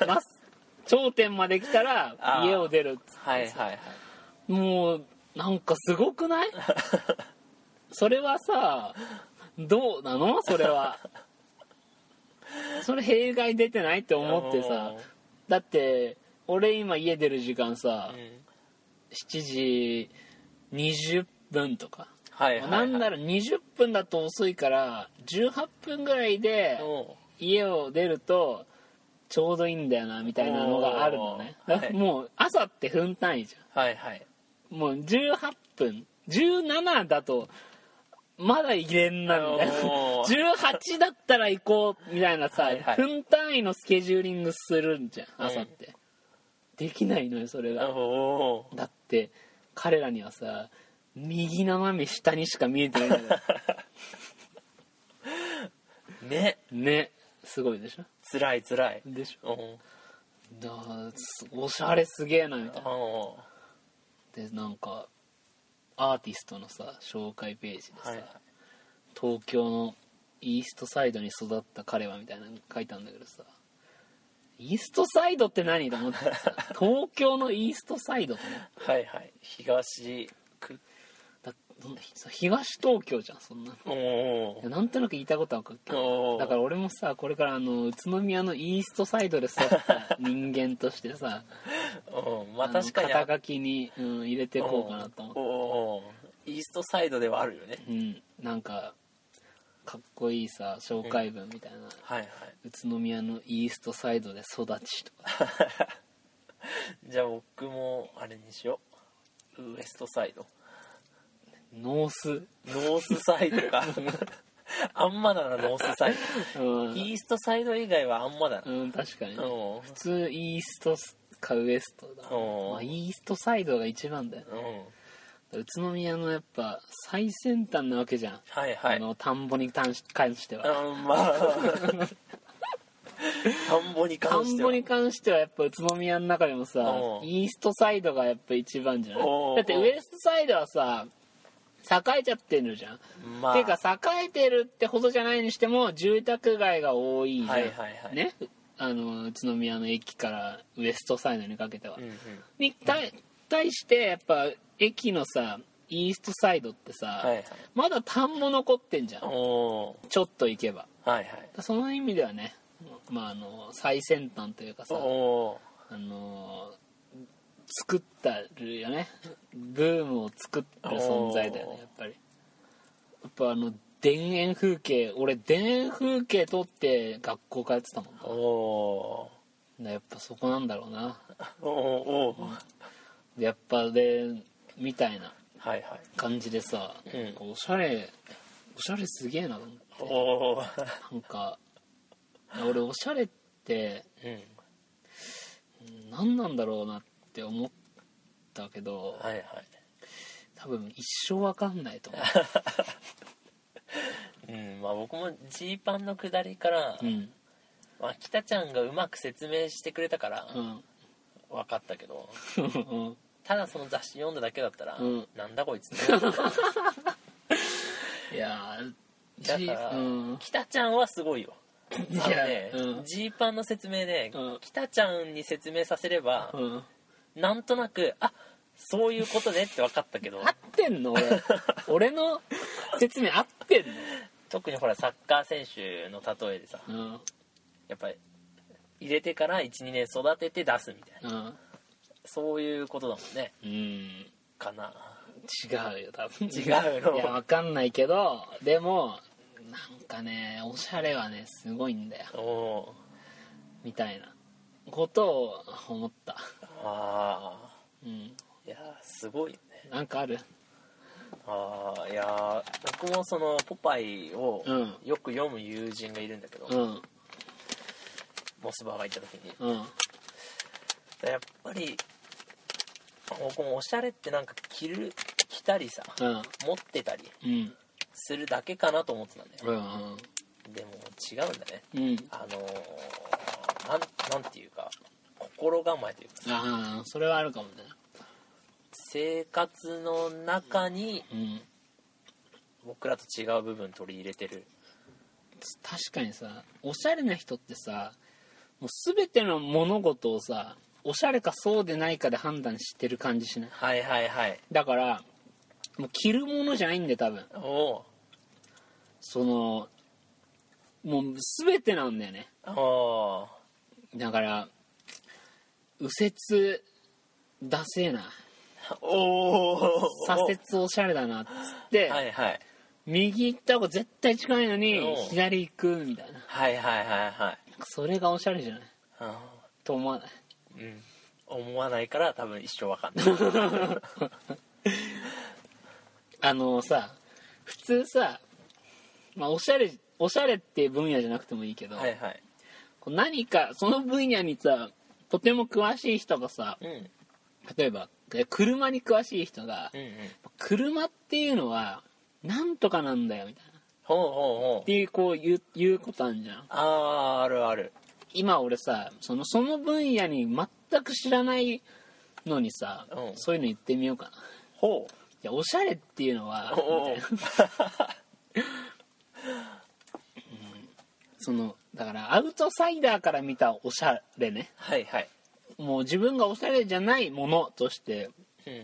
[SPEAKER 1] 頂点まで来たら
[SPEAKER 2] あー
[SPEAKER 1] 家を出るっつ
[SPEAKER 2] はいはいはい
[SPEAKER 1] もうなんかすごくない それはさどうなのそれはそれ弊害出てないって思ってさだって俺今家出る時間さ
[SPEAKER 2] う、ん
[SPEAKER 1] 7時20分とか、
[SPEAKER 2] はいはい、は、
[SPEAKER 1] ないんなら20分だと遅いから18分ぐらいで
[SPEAKER 2] おう
[SPEAKER 1] 家を出るとちょうどいいんだよなみたいなのがあるのね
[SPEAKER 2] おーはい
[SPEAKER 1] もう朝って分単位じ
[SPEAKER 2] はいはい
[SPEAKER 1] ゃんもう18分17だとまだ入れんなみたいな
[SPEAKER 2] おー
[SPEAKER 1] 18だったら行こうみたいなさ
[SPEAKER 2] はいはい
[SPEAKER 1] 分単位のスケジューリングするんじゃん朝って、できないのよそれが
[SPEAKER 2] お
[SPEAKER 1] だって彼らにはさ右斜め下にしか見えてないんだから
[SPEAKER 2] ーね
[SPEAKER 1] ねすごいでしょ
[SPEAKER 2] つらいつらい
[SPEAKER 1] でしょ
[SPEAKER 2] おう
[SPEAKER 1] だからすおしゃれすげえなみたいな
[SPEAKER 2] おう
[SPEAKER 1] でなんかアーティストのさ紹介ページでさ、
[SPEAKER 2] はいはい
[SPEAKER 1] 東京のイーストサイドに育った彼はみたいなの書いたんだけどさイーストサイドって何と思って さ東京のイーストサイドって
[SPEAKER 2] はいはい東区
[SPEAKER 1] だそ東東京じゃんそんなの
[SPEAKER 2] お
[SPEAKER 1] い
[SPEAKER 2] う
[SPEAKER 1] やなんとなく言いたいことは分かるけど
[SPEAKER 2] おう
[SPEAKER 1] だから俺もさこれからあの宇都宮のイーストサイドで育った人間としてさ
[SPEAKER 2] おうまあ
[SPEAKER 1] の
[SPEAKER 2] 確かに
[SPEAKER 1] 肩書きに、うん、入れてこうかなと思って
[SPEAKER 2] おうおうイーストサイドではあるよね
[SPEAKER 1] うん、なんかかっこいいさ紹介文みたいな、
[SPEAKER 2] はいはい
[SPEAKER 1] 宇都宮のイーストサイドで育ちとか
[SPEAKER 2] じゃあ僕もあれにしようウエストサイド
[SPEAKER 1] ノース、
[SPEAKER 2] ノースサイドか あんまだなノースサイ
[SPEAKER 1] うん
[SPEAKER 2] ドイーストサイド以外はあんまだな
[SPEAKER 1] うん、確かに、普
[SPEAKER 2] おう
[SPEAKER 1] 通イーストかウエストだ、
[SPEAKER 2] おう
[SPEAKER 1] まあ、イーストサイドが一番だよね
[SPEAKER 2] うん
[SPEAKER 1] 宇都宮のやっぱ最先端なわけじゃん、
[SPEAKER 2] はいはい
[SPEAKER 1] あの田んぼに関し関しては、
[SPEAKER 2] うんまあ田んぼに
[SPEAKER 1] 田
[SPEAKER 2] 関
[SPEAKER 1] ん
[SPEAKER 2] して
[SPEAKER 1] ぼ
[SPEAKER 2] は
[SPEAKER 1] に関してはやっぱ宇都宮の中でもさ
[SPEAKER 2] おう
[SPEAKER 1] イーストサイドがやっぱ一番じゃない
[SPEAKER 2] おう
[SPEAKER 1] だってウエストサイドはさ栄えちゃってるじゃん
[SPEAKER 2] まあ
[SPEAKER 1] ていうか栄えてるってほどじゃないにしても住宅街が多いじゃん、
[SPEAKER 2] はいはいはい
[SPEAKER 1] ねあの宇都宮の駅からウエストサイドにかけては、
[SPEAKER 2] うんうん
[SPEAKER 1] に対対してやっぱ駅のさイーストサイドってさ、
[SPEAKER 2] はいはい
[SPEAKER 1] まだ田んぼ残ってんじゃん
[SPEAKER 2] おー
[SPEAKER 1] ちょっと行けば
[SPEAKER 2] はいはい
[SPEAKER 1] その意味ではねまああの最先端というかさ
[SPEAKER 2] おー
[SPEAKER 1] あのー作ったるよねブームを作ってる存在だよね
[SPEAKER 2] おー
[SPEAKER 1] やっぱりやっぱあの田園風景俺田園風景撮って学校通ってたもんなだか
[SPEAKER 2] お
[SPEAKER 1] らやっぱそこなんだろうな
[SPEAKER 2] ーおーおー
[SPEAKER 1] でやっぱでみたいな
[SPEAKER 2] はいはい
[SPEAKER 1] 感じでさ、
[SPEAKER 2] うん
[SPEAKER 1] なんかおしゃれおしゃれすげえなと思って
[SPEAKER 2] おお
[SPEAKER 1] なんか俺おしゃれって
[SPEAKER 2] うん
[SPEAKER 1] 何なんだろうなって思ったけど、
[SPEAKER 2] はいはい
[SPEAKER 1] 多分一生わかんないと思
[SPEAKER 2] うんまあ僕もジーパンの下りから、
[SPEAKER 1] う、う ん
[SPEAKER 2] まあ、北ちゃんがうまく説明してくれたから
[SPEAKER 1] うん
[SPEAKER 2] 分かったけど
[SPEAKER 1] うん
[SPEAKER 2] ただその雑誌読んだだけだったら、
[SPEAKER 1] うん
[SPEAKER 2] なんだこいつ って
[SPEAKER 1] いや
[SPEAKER 2] だから、
[SPEAKER 1] うん、
[SPEAKER 2] 北ちゃんはすごいよあのね
[SPEAKER 1] うん
[SPEAKER 2] ジーパンの説明で、
[SPEAKER 1] うん
[SPEAKER 2] 北ちゃんに説明させれば、
[SPEAKER 1] うん、
[SPEAKER 2] なんとなくあそういうことねって分かったけど
[SPEAKER 1] 合ってんの 俺俺の説明合ってん
[SPEAKER 2] 特にほらサッカー選手の例えでさ
[SPEAKER 1] の
[SPEAKER 2] やっぱり入れてから12年育てて出すみたいな
[SPEAKER 1] うんうん、
[SPEAKER 2] そういうことだもんね
[SPEAKER 1] うん、
[SPEAKER 2] かな
[SPEAKER 1] 違うよ多分
[SPEAKER 2] 違うの
[SPEAKER 1] いやわかんないけどでもなんかねおしゃれはねすごいんだよ
[SPEAKER 2] おお
[SPEAKER 1] みたいなことを思った、
[SPEAKER 2] ーあ
[SPEAKER 1] うん、
[SPEAKER 2] ーいやーすごいよね
[SPEAKER 1] なんかある
[SPEAKER 2] ああいやー僕もその「ポパイ」を
[SPEAKER 1] うん
[SPEAKER 2] よく読む友人がいるんだけど、
[SPEAKER 1] うん
[SPEAKER 2] モスバーがいた時に
[SPEAKER 1] うん
[SPEAKER 2] やっぱり僕もおしゃれってなんか着る着たりさ
[SPEAKER 1] うん
[SPEAKER 2] 持ってたり
[SPEAKER 1] うん
[SPEAKER 2] するだけかなと思ってたんだよ
[SPEAKER 1] うん
[SPEAKER 2] でも違うんだね
[SPEAKER 1] うん
[SPEAKER 2] あのーなんなんていうか心構えというか
[SPEAKER 1] ああそれはあるかもね
[SPEAKER 2] 生活の中に
[SPEAKER 1] うん
[SPEAKER 2] 僕らと違う部分取り入れてる
[SPEAKER 1] 確かにさおしゃれな人ってさもう全ての物事をさおしゃれかそうでないかで判断してる感じしない
[SPEAKER 2] はいはいはい
[SPEAKER 1] だからもう着るものじゃないんで多分
[SPEAKER 2] おお
[SPEAKER 1] そのもう全てなんだよね
[SPEAKER 2] ああ
[SPEAKER 1] だから右折ダセえな
[SPEAKER 2] おお
[SPEAKER 1] 左折おしゃれだなっつって、
[SPEAKER 2] はいはい
[SPEAKER 1] 右行った方が絶対近いのに
[SPEAKER 2] うん
[SPEAKER 1] 左行くみたいな
[SPEAKER 2] はいはいはいはい
[SPEAKER 1] それがおしゃれじゃない
[SPEAKER 2] あ
[SPEAKER 1] と思わない
[SPEAKER 2] ーうん思わないから多分一生わかんない
[SPEAKER 1] あのさ普通さ、まあ、おしゃれおしゃれっていう分野じゃなくてもいいけど、
[SPEAKER 2] はいはい
[SPEAKER 1] こう何かその分野にさとても詳しい人がさ
[SPEAKER 2] うんうん
[SPEAKER 1] 例えばえ車に詳しい人が
[SPEAKER 2] うん
[SPEAKER 1] 車っていうのはなんとかなんだよみたいなっ
[SPEAKER 2] ほうほうほう
[SPEAKER 1] ていうこう言う言うことあるじゃん
[SPEAKER 2] ああーあるある
[SPEAKER 1] 今俺さそのその分野に全く知らないのにさ、
[SPEAKER 2] うん
[SPEAKER 1] そういうの言ってみようかない
[SPEAKER 2] ほう
[SPEAKER 1] やおしゃれっていうのは
[SPEAKER 2] お
[SPEAKER 1] み
[SPEAKER 2] う
[SPEAKER 1] たいなそのだからアウトサイダーから見たおしゃれね
[SPEAKER 2] はいはい
[SPEAKER 1] もう自分がおしゃれじゃないものとして
[SPEAKER 2] うんうん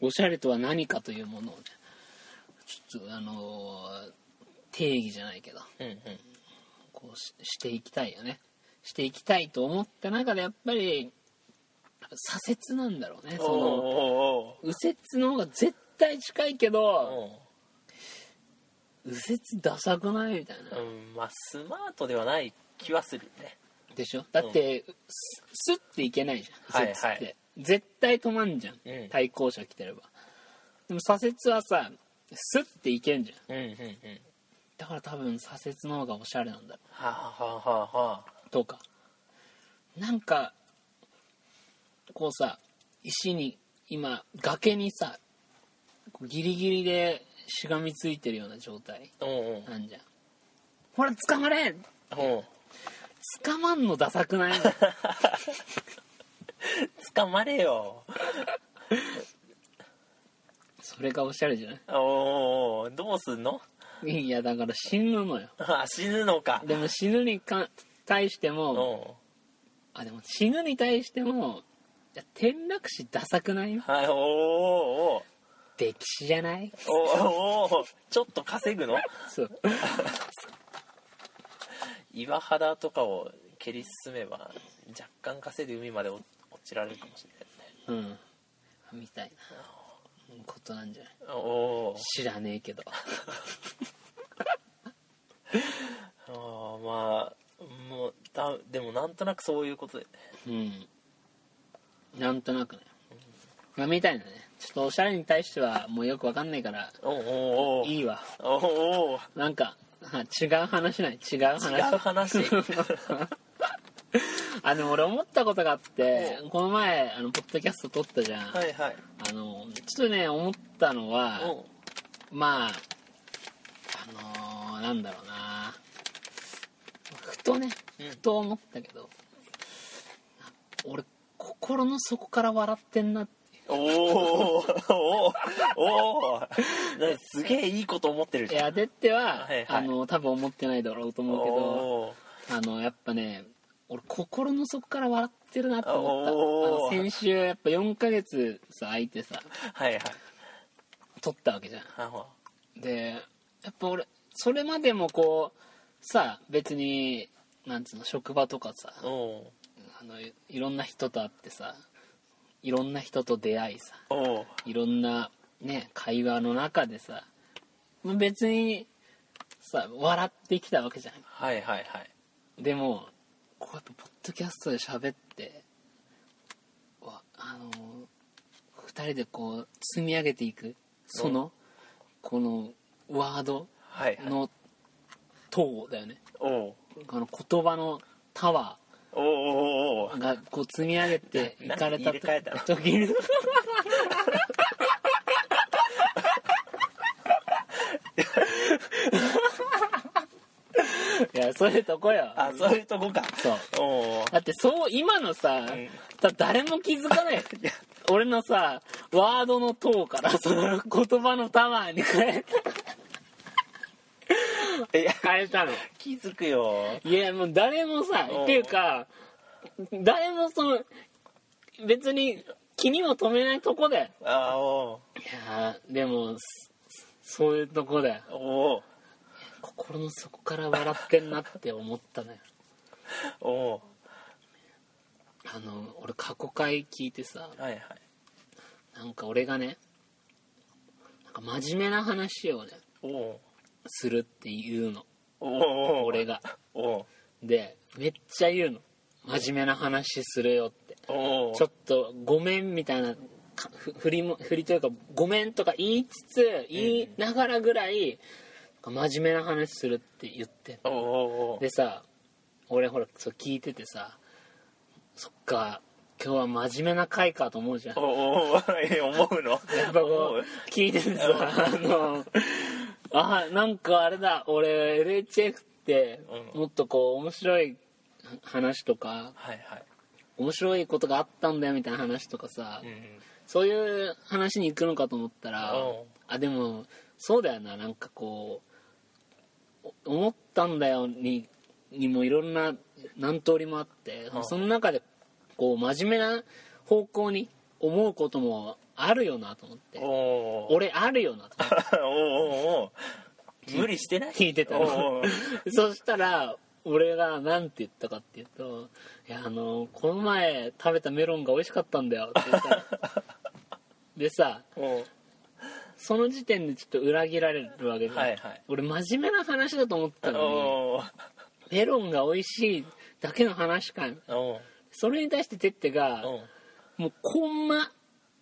[SPEAKER 2] うん
[SPEAKER 1] おしゃれとは何かというものをねちょっとあのー定義じゃないけど
[SPEAKER 2] うんうん
[SPEAKER 1] こうししていきたいよねしていきたいと思った中でやっぱり左折なんだろうねその
[SPEAKER 2] おうおうおう
[SPEAKER 1] 右折の方が絶対近いけど
[SPEAKER 2] おう
[SPEAKER 1] 右折ダサくないみたいな
[SPEAKER 2] うんまあスマートではない気はするね
[SPEAKER 1] でしょだってススッていけないじゃん
[SPEAKER 2] はい
[SPEAKER 1] 右折って、
[SPEAKER 2] はい
[SPEAKER 1] 絶対止まんじゃん、
[SPEAKER 2] うん
[SPEAKER 1] 対向車来てればでも左折はさスッていけんじゃん
[SPEAKER 2] うんうんうん
[SPEAKER 1] だから多分左折の方がおしゃれなんだろ
[SPEAKER 2] はあはあはあはあ
[SPEAKER 1] うとかなんかこうさ石に今崖にさこうギリギリでしがみついてるような状態
[SPEAKER 2] おう
[SPEAKER 1] なんじゃんほら捕まれ
[SPEAKER 2] おうおう
[SPEAKER 1] 捕まんのダサく ない
[SPEAKER 2] 捕まれよ
[SPEAKER 1] それがおしゃれじゃな
[SPEAKER 2] おうおうおうどうすんの
[SPEAKER 1] いいやだから死ぬのよ
[SPEAKER 2] あ死ぬのか
[SPEAKER 1] でも死ぬにか対しても
[SPEAKER 2] おう
[SPEAKER 1] あでも死ぬに対してもいや転落死ダサくない
[SPEAKER 2] はいおうおう
[SPEAKER 1] 歴史じゃない
[SPEAKER 2] おうおうおうちょっと稼ぐの
[SPEAKER 1] そう
[SPEAKER 2] 岩肌とかを蹴り進めば若干稼いで海まで落落ちられるかもしれないね
[SPEAKER 1] うんみたいなことなんじゃない
[SPEAKER 2] おう
[SPEAKER 1] 知らねえけど
[SPEAKER 2] おうまあもうだでもなんとなくそういうことで
[SPEAKER 1] うんなんとなくねまあみたいなねちょっとおしゃれに対してはもうよくわかんないから
[SPEAKER 2] おうおうおう
[SPEAKER 1] いいわ
[SPEAKER 2] おうおう
[SPEAKER 1] なんかあ違う話ない違う話
[SPEAKER 2] 違う話
[SPEAKER 1] あの俺思ったことがあって
[SPEAKER 2] う
[SPEAKER 1] この前あのポッドキャスト撮ったじゃん、
[SPEAKER 2] はいはい
[SPEAKER 1] あのちょっとね思ったのは
[SPEAKER 2] おう
[SPEAKER 1] まああのーなんだろうなふとね
[SPEAKER 2] うん
[SPEAKER 1] ふと思ったけど、俺心の底から笑ってんなって
[SPEAKER 2] おーおーおーなんかすげえいいこと思ってる
[SPEAKER 1] い
[SPEAKER 2] じゃん
[SPEAKER 1] やでっては、
[SPEAKER 2] はいはい
[SPEAKER 1] あの多分思ってないだろうと思うけど
[SPEAKER 2] おー
[SPEAKER 1] あのやっぱね俺心の底から笑ってるなと思ったあ
[SPEAKER 2] おー
[SPEAKER 1] の先週やっぱ4ヶ月さ空いてさ
[SPEAKER 2] はいはい
[SPEAKER 1] 撮ったわけじゃ
[SPEAKER 2] あの
[SPEAKER 1] んでやっぱ俺それまでもこうさ別になんつうの職場とかさ
[SPEAKER 2] お
[SPEAKER 1] あのいいろんな人と会ってさいろんな人と出会いさ
[SPEAKER 2] ーおー
[SPEAKER 1] いろんなね会話の中でさまあ別にさ笑ってきたわけじゃん
[SPEAKER 2] はいはいはい
[SPEAKER 1] でもこうやっぱポッドキャストで喋ってわあの2人でこう積み上げていくその、このワード
[SPEAKER 2] はいはい
[SPEAKER 1] の塔だよね
[SPEAKER 2] おー
[SPEAKER 1] この言葉のタワ
[SPEAKER 2] おーおーお
[SPEAKER 1] ー
[SPEAKER 2] ー
[SPEAKER 1] がこう積み上げていかれた
[SPEAKER 2] ななんで入れ替えたの
[SPEAKER 1] と時 にいやそういうとこよ
[SPEAKER 2] あそういうとこか
[SPEAKER 1] そう
[SPEAKER 2] おー
[SPEAKER 1] だってそう今のさ、
[SPEAKER 2] ん
[SPEAKER 1] だ誰も気づかない俺のさワードの塔からその言葉のタワーに変え
[SPEAKER 2] いや
[SPEAKER 1] 変えたの
[SPEAKER 2] 気づくよ
[SPEAKER 1] いやもう誰もさ
[SPEAKER 2] うん
[SPEAKER 1] っていうか誰もその別に気にも留めないとこだよ
[SPEAKER 2] あーお
[SPEAKER 1] いやーでもそそういうとこだよ
[SPEAKER 2] ーおー
[SPEAKER 1] 心の底から笑ってんなって思ったのよ
[SPEAKER 2] おお
[SPEAKER 1] あの俺過去回聞いてさ
[SPEAKER 2] はいはい
[SPEAKER 1] なんか俺がねなんか真面目な話をね
[SPEAKER 2] おお
[SPEAKER 1] するっていうの
[SPEAKER 2] おお
[SPEAKER 1] 俺が
[SPEAKER 2] おお
[SPEAKER 1] でめっちゃ言うの真面目な話するよって
[SPEAKER 2] おお
[SPEAKER 1] ちょっとごめんみたいなかふ振りも振りというかごめんとか言いつつ言いながらぐらい真面目な話するって言って
[SPEAKER 2] おお
[SPEAKER 1] でさ俺ほらそう聞いててさそっか今日は真面目な回かと思うじゃん
[SPEAKER 2] おおおえ思うのや
[SPEAKER 1] やっぱこう聞いててさあのあなんかあれだ俺 LHF って
[SPEAKER 2] うん
[SPEAKER 1] もっとこう面白い話とか
[SPEAKER 2] はいはい
[SPEAKER 1] 面白いことがあったんだよみたいな話とかさ、
[SPEAKER 2] うん
[SPEAKER 1] そういう話に行くのかと思ったら
[SPEAKER 2] うん
[SPEAKER 1] あでもそうだよななんかこうお思ったんだよににもいろんな何通りもあって
[SPEAKER 2] うん
[SPEAKER 1] その中でこう真面目な方向に思うこともあるよなと思って
[SPEAKER 2] おお
[SPEAKER 1] 俺あるよなと思っ
[SPEAKER 2] おおお無理してない
[SPEAKER 1] 聞いてた
[SPEAKER 2] おお
[SPEAKER 1] て そしたら俺が何て言ったかっていうと「いやあのこの前食べたメロンが美味しかったんだよ」って言ったのでさ
[SPEAKER 2] お
[SPEAKER 1] その時点でちょっと裏切られるわけで、
[SPEAKER 2] はいはい
[SPEAKER 1] 俺真面目な話だと思ったの
[SPEAKER 2] お
[SPEAKER 1] にメロンが美味しいだけの話か
[SPEAKER 2] おお
[SPEAKER 1] それに対しててってが
[SPEAKER 2] お
[SPEAKER 1] もうコンマ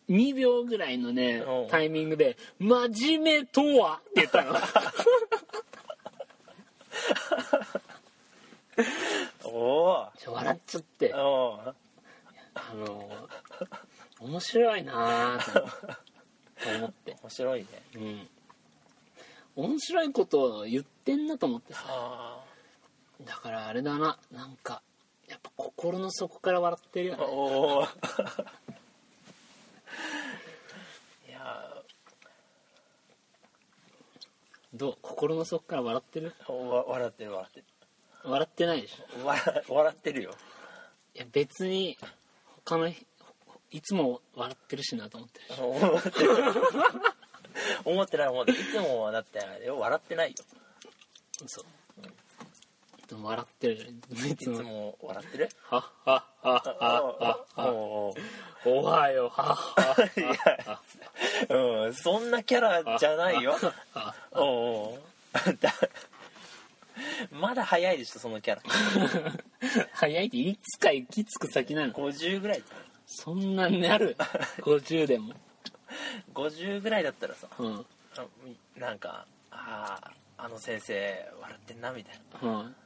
[SPEAKER 1] 2秒ぐらいのね
[SPEAKER 2] うん
[SPEAKER 1] タイミングで「真面目とは?」って言った の
[SPEAKER 2] お
[SPEAKER 1] ちょ笑っちゃって
[SPEAKER 2] おお
[SPEAKER 1] あの面白いなぁと思ってと思って
[SPEAKER 2] 面白いね
[SPEAKER 1] うん面白いことを言ってんなと思ってさ
[SPEAKER 2] あ
[SPEAKER 1] だからあれだななんかやっぱ心の底から笑ってるよ
[SPEAKER 2] あ
[SPEAKER 1] ね
[SPEAKER 2] おおいや
[SPEAKER 1] どう心の底から笑ってる
[SPEAKER 2] ーわ笑ってる笑って
[SPEAKER 1] 笑ってないでしょ
[SPEAKER 2] る笑笑ってるよ
[SPEAKER 1] いや別に他のひいつも笑ってるしなと思ってるし
[SPEAKER 2] 思ってない思ってない思ってないいつもはだってあれよ笑ってないよ
[SPEAKER 1] そうでも笑ってるじゃんい
[SPEAKER 2] い
[SPEAKER 1] つ
[SPEAKER 2] つ
[SPEAKER 1] も
[SPEAKER 2] も笑ってる
[SPEAKER 1] はっはっはっはっはっは
[SPEAKER 2] お
[SPEAKER 1] おはようはっはっ
[SPEAKER 2] ーいやうんそんなキャラじゃないよ
[SPEAKER 1] は
[SPEAKER 2] おおだまだ早いでしょそのキャラ
[SPEAKER 1] 早いっていつか行き着く先なの
[SPEAKER 2] 50ぐらい
[SPEAKER 1] そんなになる50でも
[SPEAKER 2] 50ぐらいだったらさ
[SPEAKER 1] うんうん
[SPEAKER 2] あなんかあああの先生笑ってんなみたい
[SPEAKER 1] うん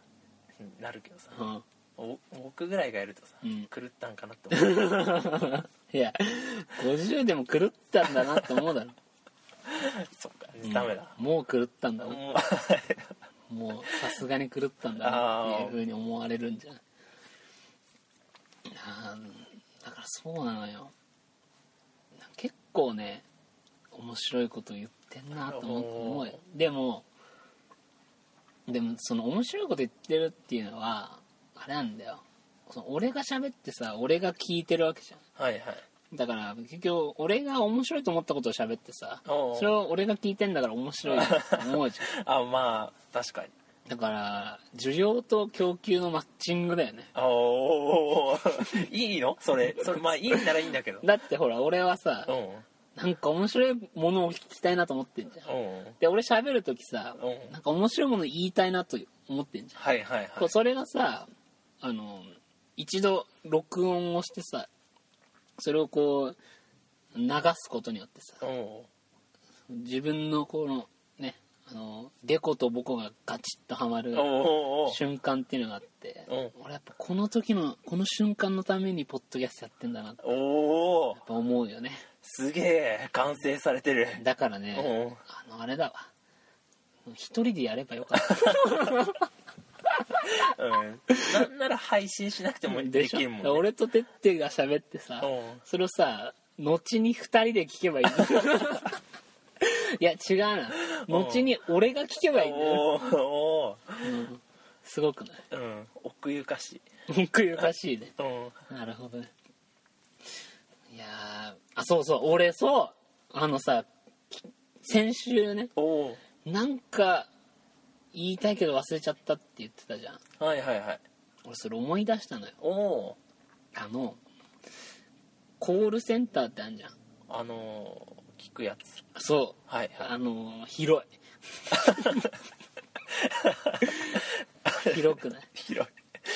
[SPEAKER 2] ななるけどさ
[SPEAKER 1] うん
[SPEAKER 2] お僕ぐらいがいるとさ、
[SPEAKER 1] うん
[SPEAKER 2] 狂ったんかなって 思う
[SPEAKER 1] いや50でも狂ったんだなって思うだろ
[SPEAKER 2] そっかダメだ、
[SPEAKER 1] もう狂ったん だな
[SPEAKER 2] もう
[SPEAKER 1] もうさすがに狂ったんだなっていうふうに思われるんじゃないあーだからそうなのよ結構ね面白いこと言ってんなと思う思うよでもでもその面白いこと言ってるっていうのはあれなんだよその俺が喋ってさ俺が聞いてるわけじゃん
[SPEAKER 2] はいはい
[SPEAKER 1] だから結局俺が面白いと思ったことを喋ってさ
[SPEAKER 2] おう
[SPEAKER 1] それを俺が聞いてんだから面白いって思うじゃん
[SPEAKER 2] あまあ確かに
[SPEAKER 1] だから需要と供給のマッチングだよね
[SPEAKER 2] あおー いいのそれそれまあいいならいいんだけど
[SPEAKER 1] だってほら俺はさ
[SPEAKER 2] うん
[SPEAKER 1] なんか面白いものを聞きたいなと思ってんじゃん
[SPEAKER 2] うん
[SPEAKER 1] で俺喋る時さ
[SPEAKER 2] うん
[SPEAKER 1] なんか面白いもの言いたいなと思ってんじゃん
[SPEAKER 2] はいはいはい
[SPEAKER 1] こうそれがさあの一度録音をしてさそれをこう流すことによってさ
[SPEAKER 2] うん
[SPEAKER 1] 自分のこのねあのデコとボコがガチッとはまる
[SPEAKER 2] おー
[SPEAKER 1] 瞬間っていうのがあって、
[SPEAKER 2] う
[SPEAKER 1] 俺やっぱこの時のこの瞬間のためにポッドキャストやってんだなって
[SPEAKER 2] おー
[SPEAKER 1] やっぱ思うよね
[SPEAKER 2] すげえ完成されてる
[SPEAKER 1] だから
[SPEAKER 2] う
[SPEAKER 1] ね、
[SPEAKER 2] ん
[SPEAKER 1] あのあれだわ一人でやればよかった
[SPEAKER 2] うんなんなら配信しなくて もで
[SPEAKER 1] でし
[SPEAKER 2] き
[SPEAKER 1] ょ
[SPEAKER 2] るもん、ね、
[SPEAKER 1] 俺とてってが喋ってさ、
[SPEAKER 2] うん
[SPEAKER 1] それをさ後に二人で聞けばいい いや違うな後に俺が聞けばいいんだよ、
[SPEAKER 2] おーお
[SPEAKER 1] うんすごくない
[SPEAKER 2] ーうん奥ゆかしい
[SPEAKER 1] 奥ゆかしいね
[SPEAKER 2] うん
[SPEAKER 1] なるほどねいやーあそうそう俺そうあのさき先週ね
[SPEAKER 2] おお
[SPEAKER 1] なんか言いたいけど忘れちゃったって言ってたじゃん
[SPEAKER 2] はいはいはい
[SPEAKER 1] 俺それ思い出したのよ
[SPEAKER 2] おお
[SPEAKER 1] あのコールセンターってあるじゃん
[SPEAKER 2] ーあのー聞くやつ
[SPEAKER 1] そう
[SPEAKER 2] はいはい
[SPEAKER 1] あの広い広くない
[SPEAKER 2] 広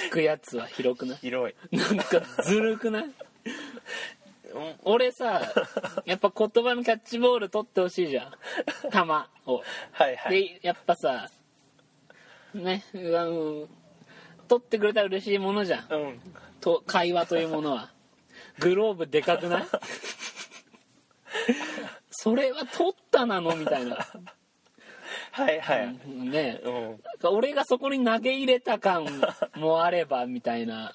[SPEAKER 1] 聞くやつは広くない
[SPEAKER 2] い広い
[SPEAKER 1] なんかずるくない
[SPEAKER 2] うん
[SPEAKER 1] 俺さやっぱ言葉のキャッチボール取ってほしいじゃん球を
[SPEAKER 2] はいはい
[SPEAKER 1] でやっぱさねあの取ってくれたら嬉しいものじゃん
[SPEAKER 2] うん
[SPEAKER 1] と会話というものはグローブでかくないそれは取ったなのみたいな
[SPEAKER 2] はいはい
[SPEAKER 1] ね
[SPEAKER 2] うん
[SPEAKER 1] 俺がそこに投げ入れた感もあればみたいな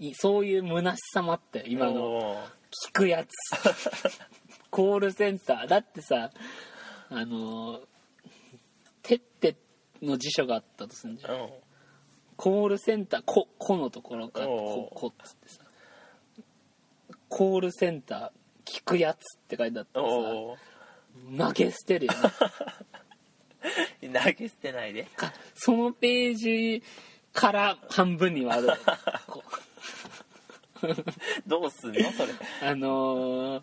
[SPEAKER 1] いそういう虚しさもあって今の
[SPEAKER 2] おー
[SPEAKER 1] 聞くやつコールセンターだってさあのてっての辞書があったとするんじゃん
[SPEAKER 2] うん
[SPEAKER 1] コールセンターこ「こ」のところから「
[SPEAKER 2] お
[SPEAKER 1] こ
[SPEAKER 2] う」
[SPEAKER 1] こっつってさ「コールセンター聞くやつ」って書いてあったらさ
[SPEAKER 2] おお
[SPEAKER 1] 投げ捨てるよね
[SPEAKER 2] 投げ捨てないで
[SPEAKER 1] かそのページから半分に 割るこ
[SPEAKER 2] どうすんのそれ
[SPEAKER 1] うあのー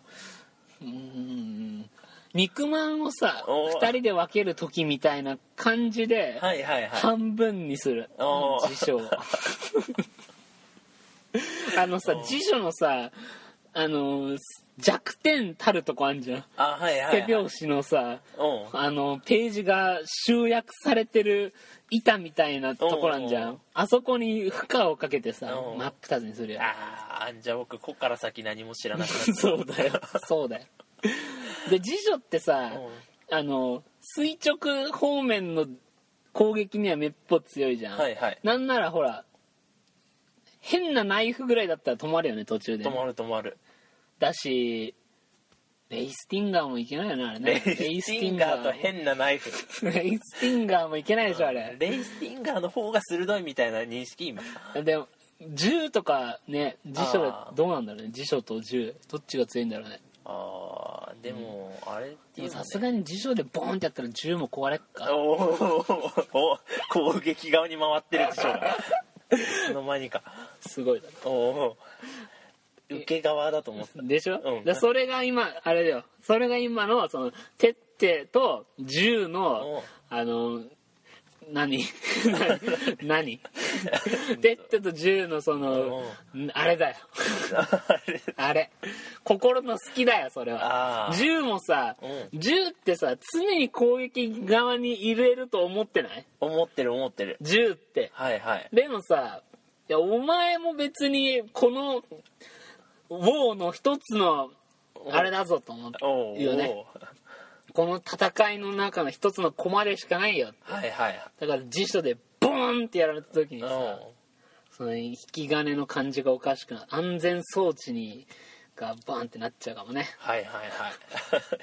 [SPEAKER 1] うーん肉まんをさ
[SPEAKER 2] おう
[SPEAKER 1] 2人で分ける時みたいな感じで
[SPEAKER 2] はいはいはい
[SPEAKER 1] 半分にする
[SPEAKER 2] おー
[SPEAKER 1] 辞 書をあのさ
[SPEAKER 2] おー
[SPEAKER 1] 辞書のさあのす弱点たるとこあんじゃん
[SPEAKER 2] あはいはい
[SPEAKER 1] 手
[SPEAKER 2] はいうん
[SPEAKER 1] 拍子のさあのページが集約されてる板みたいなところあんじゃ
[SPEAKER 2] おー
[SPEAKER 1] んあそこに負荷をかけてさ
[SPEAKER 2] おー
[SPEAKER 1] 真っ二つにするよ
[SPEAKER 2] あーじゃあ僕こっから先何も知らなくなっ ち ゃ
[SPEAKER 1] そうだよそうだよで辞書ってさ
[SPEAKER 2] う
[SPEAKER 1] あの垂直方面の攻撃にはめっぽう強いじゃん、
[SPEAKER 2] はいはい
[SPEAKER 1] なんならほら変なナイフぐらいだったら止まるよね途中で
[SPEAKER 2] 止まる止まる
[SPEAKER 1] だしレイスティンガーもいけないよねあれ
[SPEAKER 2] レ
[SPEAKER 1] ね
[SPEAKER 2] イスティンガーと変なナイフ
[SPEAKER 1] レイスティンガーもいけないでしょあれ
[SPEAKER 2] レイスティンガーの方が鋭いみたいな認識今
[SPEAKER 1] でも銃とかね辞書で
[SPEAKER 2] あー
[SPEAKER 1] どうなんだろうね辞書と銃どっちが強いんだろうね
[SPEAKER 2] あーでも、あれって
[SPEAKER 1] でも
[SPEAKER 2] いうの
[SPEAKER 1] さ
[SPEAKER 2] は
[SPEAKER 1] す
[SPEAKER 2] ね
[SPEAKER 1] がに辞書でボーンってやったら銃も壊れっか
[SPEAKER 2] おーお攻撃側に回ってるでしょうがいつの間にか
[SPEAKER 1] すごいだろ
[SPEAKER 2] おお受け側だと思って
[SPEAKER 1] でしょ、
[SPEAKER 2] うん
[SPEAKER 1] でそれが今あれだよそれが今のそのてってと銃
[SPEAKER 2] おう
[SPEAKER 1] のあの 何何てってと銃のそのんあれだよ
[SPEAKER 2] たあれ
[SPEAKER 1] あれ心の隙だよそれ
[SPEAKER 2] あ
[SPEAKER 1] は
[SPEAKER 2] ー
[SPEAKER 1] 銃もさ
[SPEAKER 2] う
[SPEAKER 1] 銃ってさ常に攻撃側に入れると思ってない
[SPEAKER 2] 思ってる思ってる
[SPEAKER 1] 銃って
[SPEAKER 2] はいはい
[SPEAKER 1] でもさいやお前も別にこの「ウォー」の一つのあれだぞと思
[SPEAKER 2] おお
[SPEAKER 1] うよねこの戦いの中の一つの駒でしかないよ
[SPEAKER 2] はいはい
[SPEAKER 1] だから辞書でボーンってやられた時に
[SPEAKER 2] お
[SPEAKER 1] さ
[SPEAKER 2] お
[SPEAKER 1] その引き金の感じがおかしくなる安全装置にがバーンってなっちゃうかもね
[SPEAKER 2] はいはいはい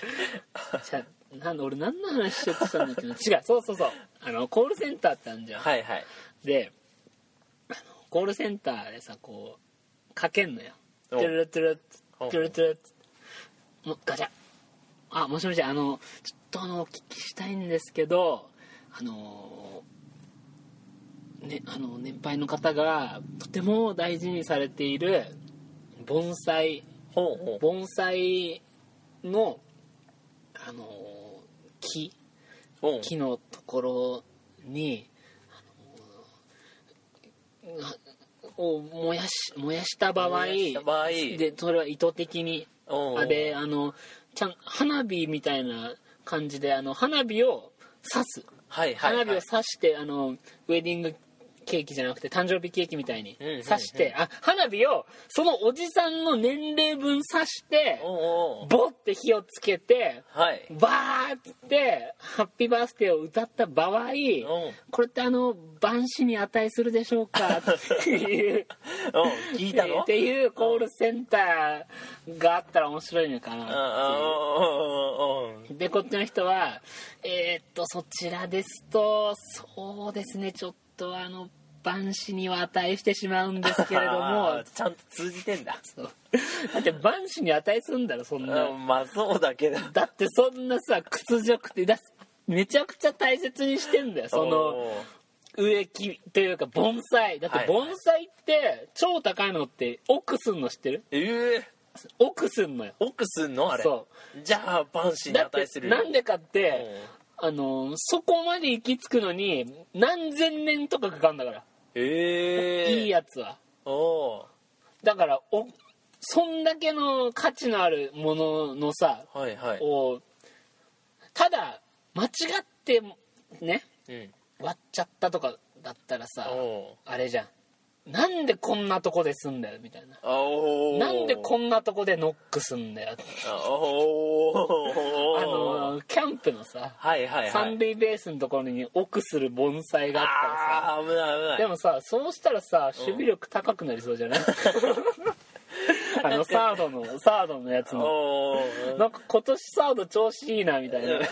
[SPEAKER 1] じゃあなんで俺何の話しようとしたんだっけな違うそうそうそうあのコールセンターってあるじゃん、
[SPEAKER 2] はいはい
[SPEAKER 1] であのコールセンターでさこうかけんのよト
[SPEAKER 2] お
[SPEAKER 1] ゥルルトゥル
[SPEAKER 2] お
[SPEAKER 1] トゥルトゥルもうガチャあもしもしあのちょっとあのお聞きしたいんですけどあのねあの年配の方がとても大事にされている盆栽
[SPEAKER 2] ほうほう
[SPEAKER 1] 盆栽のあの木
[SPEAKER 2] おう
[SPEAKER 1] 木のところにあのあを燃やし燃やした場合
[SPEAKER 2] 燃やした場合
[SPEAKER 1] でそれは意図的に
[SPEAKER 2] おう
[SPEAKER 1] あであのちゃん花火みたいな感じであの花火を刺す
[SPEAKER 2] はいはいは
[SPEAKER 1] 花
[SPEAKER 2] い
[SPEAKER 1] 火を刺してあのウェディングケーキじゃなくて誕生日ケーキみたいに
[SPEAKER 2] うんうんうん
[SPEAKER 1] 刺してあ花火をそのおじさんの年齢分刺して
[SPEAKER 2] おうおう
[SPEAKER 1] ボッて火をつけて
[SPEAKER 2] はい
[SPEAKER 1] バーってハッピーバースデーを歌った場合
[SPEAKER 2] うん
[SPEAKER 1] これってあの晩子に値するでしょう かっていう
[SPEAKER 2] うん聞いたの
[SPEAKER 1] って いうコールセンターがあったら面白いのか
[SPEAKER 2] うん
[SPEAKER 1] な
[SPEAKER 2] うんうんうん
[SPEAKER 1] でこっちの人はえーっとそちらですとそうですねちょっとあの晩子には値してしまうんですけれども
[SPEAKER 2] あーちゃんと通じてんだ
[SPEAKER 1] そうだって晩子に値するんだろそんな
[SPEAKER 2] うんまあそうだけど
[SPEAKER 1] だってそんなさ屈辱ってだめちゃくちゃ大切にしてんだよその
[SPEAKER 2] おー
[SPEAKER 1] 植木というか盆栽だって盆栽って超高いのって奥すんの知ってる
[SPEAKER 2] ええ
[SPEAKER 1] 奥すんのよ
[SPEAKER 2] 奥すんのあれ
[SPEAKER 1] そ
[SPEAKER 2] じゃあバンシーに
[SPEAKER 1] だっ
[SPEAKER 2] 値す
[SPEAKER 1] て
[SPEAKER 2] る
[SPEAKER 1] なんでかって、
[SPEAKER 2] うん
[SPEAKER 1] あのそこまで行き着くのに何千年とかかかんだから、
[SPEAKER 2] ええ
[SPEAKER 1] いいやつは
[SPEAKER 2] お
[SPEAKER 1] だからおそんだけの価値のあるもののさ
[SPEAKER 2] ーはいはい
[SPEAKER 1] をただ間違ってね
[SPEAKER 2] うん
[SPEAKER 1] 割っちゃったとかだったらさ
[SPEAKER 2] おー
[SPEAKER 1] あれじゃんなんでこんなとこですんだよみたいな
[SPEAKER 2] あおー
[SPEAKER 1] なんでこんなとこでノックすんだよ
[SPEAKER 2] あおー
[SPEAKER 1] あのキャンプのさ
[SPEAKER 2] はいはいはい
[SPEAKER 1] 三塁ベースのところに奥する盆栽があったらさ
[SPEAKER 2] あー危ない危ない
[SPEAKER 1] でもさそうしたらさ守備力高くなりそう じゃないあのサードのサードのやつの
[SPEAKER 2] おー
[SPEAKER 1] なんか今年サード調子いいなみたいなで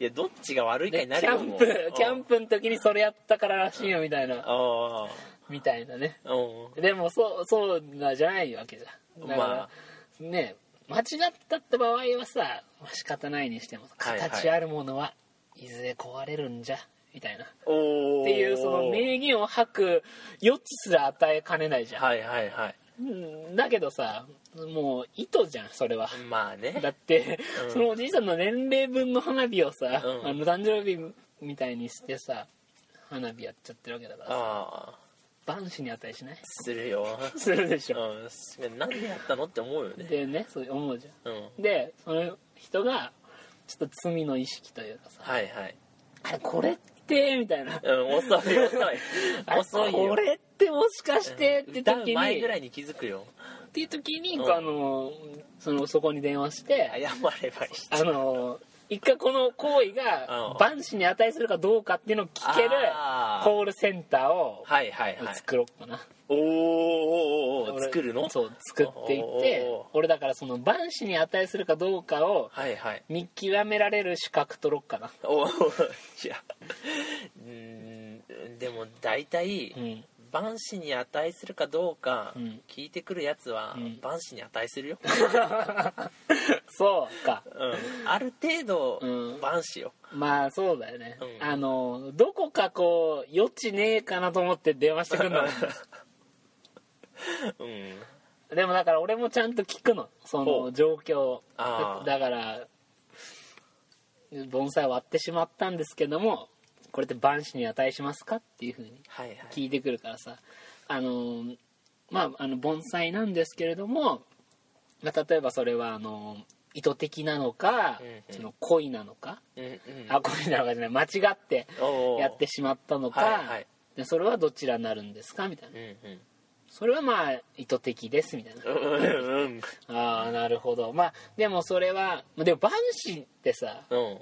[SPEAKER 2] いやどっちが悪いかに
[SPEAKER 1] キ
[SPEAKER 2] なるよ
[SPEAKER 1] ャ
[SPEAKER 2] も
[SPEAKER 1] ン
[SPEAKER 2] う
[SPEAKER 1] プキャンプの時にそれやったかららしいよみたいな
[SPEAKER 2] あ
[SPEAKER 1] みたいなね
[SPEAKER 2] あう ん
[SPEAKER 1] でもそうそうなじゃないわけじゃんだから、
[SPEAKER 2] ま
[SPEAKER 1] ね間違ったって場合はさまあ仕方ないにしても
[SPEAKER 2] はいはい
[SPEAKER 1] 形あるものはいずれ壊れるんじゃみたいなっ
[SPEAKER 2] おお
[SPEAKER 1] ていうその名言を吐く余地すら与えかねないじゃん
[SPEAKER 2] はいはいはい
[SPEAKER 1] うんだけどさもう意図じゃんそれは
[SPEAKER 2] まあね
[SPEAKER 1] だって、
[SPEAKER 2] うん
[SPEAKER 1] そのおじいさんの年齢分の花火をさ、
[SPEAKER 2] うん
[SPEAKER 1] あの誕生日みたいにしてさ花火やっちゃってるわけだからさ
[SPEAKER 2] ああ
[SPEAKER 1] 万死に値しない
[SPEAKER 2] するよ
[SPEAKER 1] するでしょ、
[SPEAKER 2] うんなんでやったのって思うよね
[SPEAKER 1] でねそう思うじゃ
[SPEAKER 2] うん
[SPEAKER 1] んでその人がちょっと罪の意識というかさ
[SPEAKER 2] は いはい
[SPEAKER 1] あれこれってみたいな
[SPEAKER 2] うん遅い遅い
[SPEAKER 1] あれ
[SPEAKER 2] 遅いよ
[SPEAKER 1] これってもしかしてって
[SPEAKER 2] 歌う
[SPEAKER 1] 時に、
[SPEAKER 2] 前ぐら
[SPEAKER 1] っ
[SPEAKER 2] いに気づくよ
[SPEAKER 1] ていう時に、
[SPEAKER 2] うん
[SPEAKER 1] あのそのそこに電話して
[SPEAKER 2] 謝ればいい
[SPEAKER 1] あの一回この行為
[SPEAKER 2] う
[SPEAKER 1] が
[SPEAKER 2] ん
[SPEAKER 1] 万死に値するかどうかっていうのを聞ける
[SPEAKER 2] あー
[SPEAKER 1] コールセンターを
[SPEAKER 2] はいはいはい
[SPEAKER 1] 作ろうかな、
[SPEAKER 2] おーおーおー
[SPEAKER 1] 俺
[SPEAKER 2] 作るの
[SPEAKER 1] そう作っていって
[SPEAKER 2] おー
[SPEAKER 1] 俺だからその万死に値するかどうかを
[SPEAKER 2] はいはい
[SPEAKER 1] 見極められる資格取ろうかな
[SPEAKER 2] おーいやうーんでも大体
[SPEAKER 1] うん
[SPEAKER 2] 万死に値するかどうか
[SPEAKER 1] うん
[SPEAKER 2] 聞いてくるやつは
[SPEAKER 1] うん
[SPEAKER 2] 万死に値するよ、
[SPEAKER 1] そうか
[SPEAKER 2] うん、ある程
[SPEAKER 1] うん
[SPEAKER 2] 度万死よ、
[SPEAKER 1] まあそうだよね、
[SPEAKER 2] うん
[SPEAKER 1] あのどこかこう余地ねえかなと思って電話してく るの
[SPEAKER 2] うん、
[SPEAKER 1] でもだから俺もちゃんと聞くのそ
[SPEAKER 2] ほ
[SPEAKER 1] の
[SPEAKER 2] う
[SPEAKER 1] 状況
[SPEAKER 2] あ
[SPEAKER 1] だだ
[SPEAKER 2] ー
[SPEAKER 1] から盆栽割ってしまったんですけどもこれって万死に値しますかっていうふうに
[SPEAKER 2] はいはい
[SPEAKER 1] 聞いてくるからさあのーまああの盆栽なんですけれども、まあ、例えばそれはあのー意図的なのか、
[SPEAKER 2] うんうん
[SPEAKER 1] その恋なのか、
[SPEAKER 2] うんうん
[SPEAKER 1] あ恋なのかじゃない間違って
[SPEAKER 2] おー
[SPEAKER 1] やってしまったのか、
[SPEAKER 2] はいはい
[SPEAKER 1] でそれはどちらになるんですかみたいな
[SPEAKER 2] うんうん
[SPEAKER 1] それはまあ意図的ですみたいな
[SPEAKER 2] うんうん
[SPEAKER 1] ああなるほどまあでもそれはでもバンシーってさ
[SPEAKER 2] うん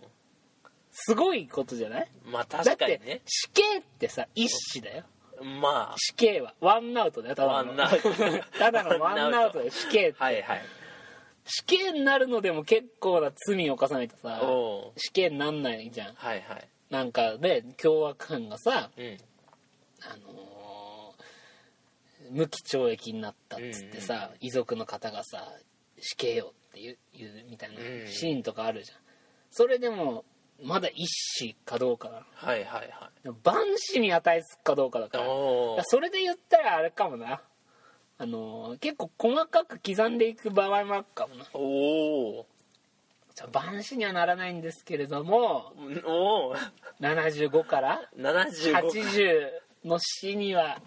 [SPEAKER 1] すごいことじゃない
[SPEAKER 2] まあ確かに
[SPEAKER 1] だって
[SPEAKER 2] ね
[SPEAKER 1] 死刑ってさ一死だよ
[SPEAKER 2] まあ
[SPEAKER 1] 死刑はワンアウトだよただの
[SPEAKER 2] ワンアウト
[SPEAKER 1] ただのワンアウトだよ死刑って
[SPEAKER 2] はいはい
[SPEAKER 1] 死刑になるのでも結構な罪を犯さないとさ
[SPEAKER 2] おう
[SPEAKER 1] 死刑になんないじゃん
[SPEAKER 2] はいはい
[SPEAKER 1] なんかね凶悪犯がさ、
[SPEAKER 2] うん
[SPEAKER 1] あのー無期懲役になったっつってさ、遺族の方がさ死刑よって言う言うみたいな
[SPEAKER 2] うん
[SPEAKER 1] シーンとかあるじゃんそれでもまだ一死かどうかだ
[SPEAKER 2] はいはいは
[SPEAKER 1] 万死に値するかどうかだ
[SPEAKER 2] い
[SPEAKER 1] からだか
[SPEAKER 2] お
[SPEAKER 1] ら
[SPEAKER 2] ー
[SPEAKER 1] それで言ったらあれかもなあのー結構細かく刻んでいく場合もあるかもな
[SPEAKER 2] おー
[SPEAKER 1] じゃあ万死にはならないんですけれども
[SPEAKER 2] うんおー
[SPEAKER 1] 75から
[SPEAKER 2] 75
[SPEAKER 1] 80の死には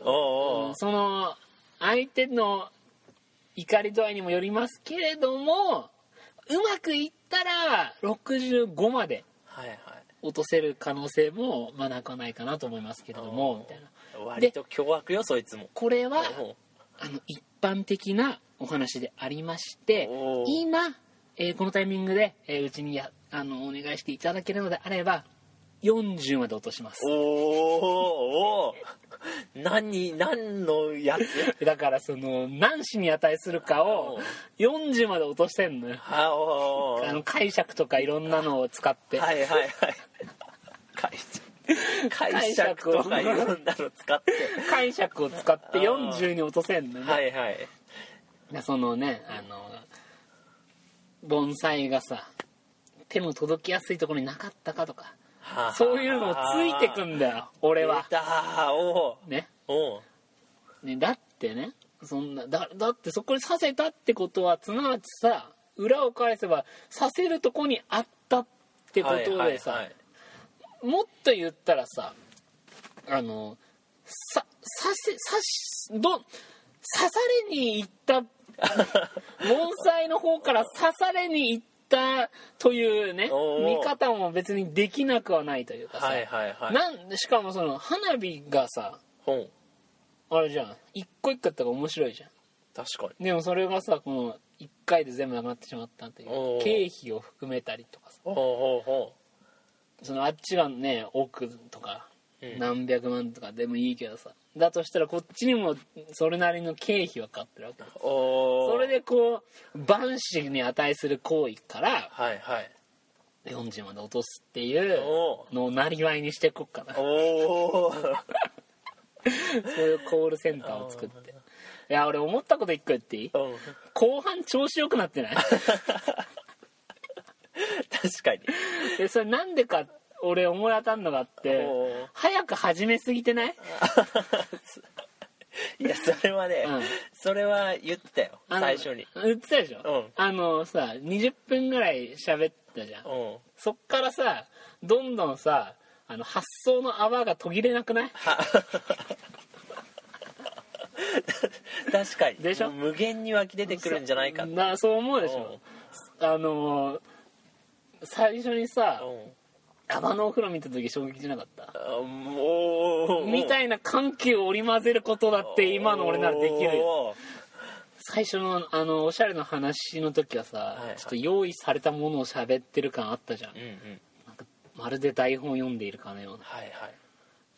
[SPEAKER 2] おーおー
[SPEAKER 1] その相手の怒り度合いにもよりますけれどもうまくいったら65まで
[SPEAKER 2] はいはい
[SPEAKER 1] 落とせる可能性もまあなくはないかなと思いますけれどもみたいな
[SPEAKER 2] 割と凶悪よそいつも
[SPEAKER 1] これは
[SPEAKER 2] お
[SPEAKER 1] あの一般的なお話でありまして
[SPEAKER 2] おー
[SPEAKER 1] 今、えーこのタイミングで、えーうちにやあのお願いしていただけるのであれば40まで落とします
[SPEAKER 2] ーおーおー何何のやつ
[SPEAKER 1] だからその何死に値するかを40まで落としてんのよ
[SPEAKER 2] あおー
[SPEAKER 1] あの解釈とかいろんなのを使って、
[SPEAKER 2] はいはいはい解釈解釈とかいろんなの使って
[SPEAKER 1] 解釈を使って40に落とせんのね、
[SPEAKER 2] はいはい
[SPEAKER 1] でそのねあの盆栽がさ手の届きやすいところになかったかとか
[SPEAKER 2] はあ
[SPEAKER 1] そういうのをついてくんだよ俺は
[SPEAKER 2] 出たおう
[SPEAKER 1] ね
[SPEAKER 2] おう
[SPEAKER 1] ねだってねそんなだだってそこにさせたってことはすなわちさ裏を返せばさせるとこにあったってことでさ、
[SPEAKER 2] はいはいはい
[SPEAKER 1] もっと言ったらさあのささせさしど刺されに行 った盆栽の方から刺されに行ったというね
[SPEAKER 2] おー
[SPEAKER 1] 見方も別にできなくはないというかさ、
[SPEAKER 2] はいはいはい
[SPEAKER 1] なんしかもその花火がさ
[SPEAKER 2] 本
[SPEAKER 1] あれじゃん一個一個やったら面白いじゃん
[SPEAKER 2] 確か
[SPEAKER 1] でもそれがさこの1回で全部なくなってしまったとい
[SPEAKER 2] お
[SPEAKER 1] う
[SPEAKER 2] ー
[SPEAKER 1] 経費を含めたりとかさ
[SPEAKER 2] にほうほうほ
[SPEAKER 1] そのあっちがね奥とか
[SPEAKER 2] う、うん、
[SPEAKER 1] 何百万とかでもいいけどさだとしたらこっちにもそれなりの経費はかかってるわけ
[SPEAKER 2] おー
[SPEAKER 1] それでこう万死に値する行為から
[SPEAKER 2] はいはい
[SPEAKER 1] 40まで落とすっていう
[SPEAKER 2] お
[SPEAKER 1] のをなりわいにしていこっかな
[SPEAKER 2] おー
[SPEAKER 1] そういうコールセンターを作っていや俺思ったこと一個言っていい
[SPEAKER 2] うん
[SPEAKER 1] 後半調子良くなってない
[SPEAKER 2] 確かに
[SPEAKER 1] でそれなんでか俺思い当たんのがあって
[SPEAKER 2] おー
[SPEAKER 1] 早く始めすぎてない
[SPEAKER 2] いやそれはね、
[SPEAKER 1] うん
[SPEAKER 2] それは言ってたよ
[SPEAKER 1] あの
[SPEAKER 2] 最初に
[SPEAKER 1] 言ってたでしょ、
[SPEAKER 2] うん
[SPEAKER 1] あのさ20分ぐらい喋ったじゃん
[SPEAKER 2] うん
[SPEAKER 1] そっからさどんどんさあの発想の泡が途切れなくない
[SPEAKER 2] 確かに
[SPEAKER 1] でしょ
[SPEAKER 2] 無限に湧き出てくるんじゃないかって
[SPEAKER 1] なそう思うでしょあのー最初にさ
[SPEAKER 2] うん
[SPEAKER 1] 泡のお風呂見た時衝撃じゃなかった
[SPEAKER 2] あもう
[SPEAKER 1] みた
[SPEAKER 2] い
[SPEAKER 1] いな緩急を織り交ぜることだって今の俺ならできるよ最初のあのおしゃれの話の時はさ、
[SPEAKER 2] いはい
[SPEAKER 1] ちょっと用意されたものを喋ってる感あったじゃん
[SPEAKER 2] うんうん
[SPEAKER 1] なんかまるで台本読んでいるかのような
[SPEAKER 2] はいはい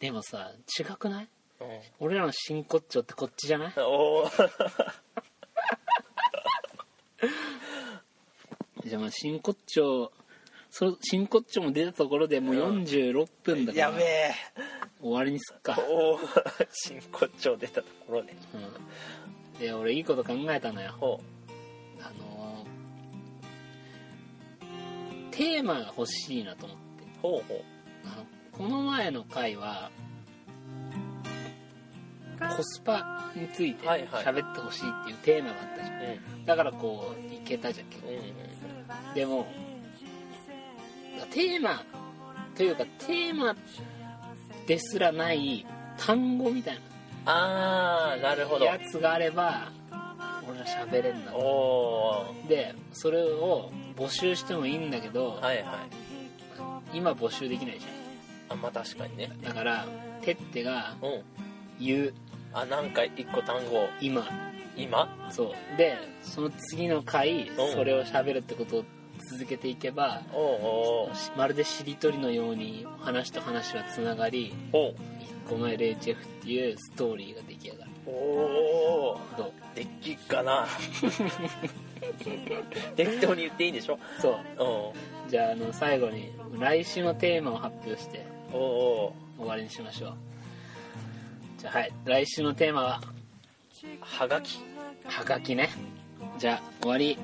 [SPEAKER 1] でもさ違くない
[SPEAKER 2] うん
[SPEAKER 1] 俺らの真骨頂ってこっちじゃない
[SPEAKER 2] おお
[SPEAKER 1] じゃあまあ真骨頂そ真骨頂も出たところでもう46分だから
[SPEAKER 2] やべえ
[SPEAKER 1] 終わりにすっか、
[SPEAKER 2] おお真骨頂出たところで
[SPEAKER 1] うん、で俺いいこと考えたのよ
[SPEAKER 2] お
[SPEAKER 1] あのーテーマが欲しいなと思って
[SPEAKER 2] ほうほう
[SPEAKER 1] あのこの前の回はコスパについて
[SPEAKER 2] はいはい
[SPEAKER 1] 喋ってほしいっていうテーマがあったじゃん、
[SPEAKER 2] うん
[SPEAKER 1] だからこういけたじゃん結構
[SPEAKER 2] うん
[SPEAKER 1] でもテーマというかテーマですらない単語みたい
[SPEAKER 2] ああなるほ
[SPEAKER 1] な
[SPEAKER 2] ど
[SPEAKER 1] やつがあれば俺ら喋れんだ
[SPEAKER 2] お
[SPEAKER 1] と
[SPEAKER 2] お
[SPEAKER 1] でそれを募集してもいいんだけど、
[SPEAKER 2] ーはいはい
[SPEAKER 1] 今募集できないじ
[SPEAKER 2] あまあ確かにね
[SPEAKER 1] ゃんだからてってが
[SPEAKER 2] うん
[SPEAKER 1] 言う
[SPEAKER 2] あなんか一個単語
[SPEAKER 1] 今
[SPEAKER 2] 今
[SPEAKER 1] そうでその次の回
[SPEAKER 2] おう
[SPEAKER 1] それを喋るってことを続けていけば
[SPEAKER 2] おお
[SPEAKER 1] しまるでしりとりのように話と話はつながり
[SPEAKER 2] お
[SPEAKER 1] 1個の LHF っていうストーリーが出来上がる
[SPEAKER 2] おお
[SPEAKER 1] どう
[SPEAKER 2] できっか な適当に言っていいんでしょ
[SPEAKER 1] そう
[SPEAKER 2] お
[SPEAKER 1] じゃああの最後に来週のテーマを発表して
[SPEAKER 2] おお
[SPEAKER 1] 終わりにしましょうじゃあはい来週のテーマは
[SPEAKER 2] ーはがき
[SPEAKER 1] はがきねじゃあ終わり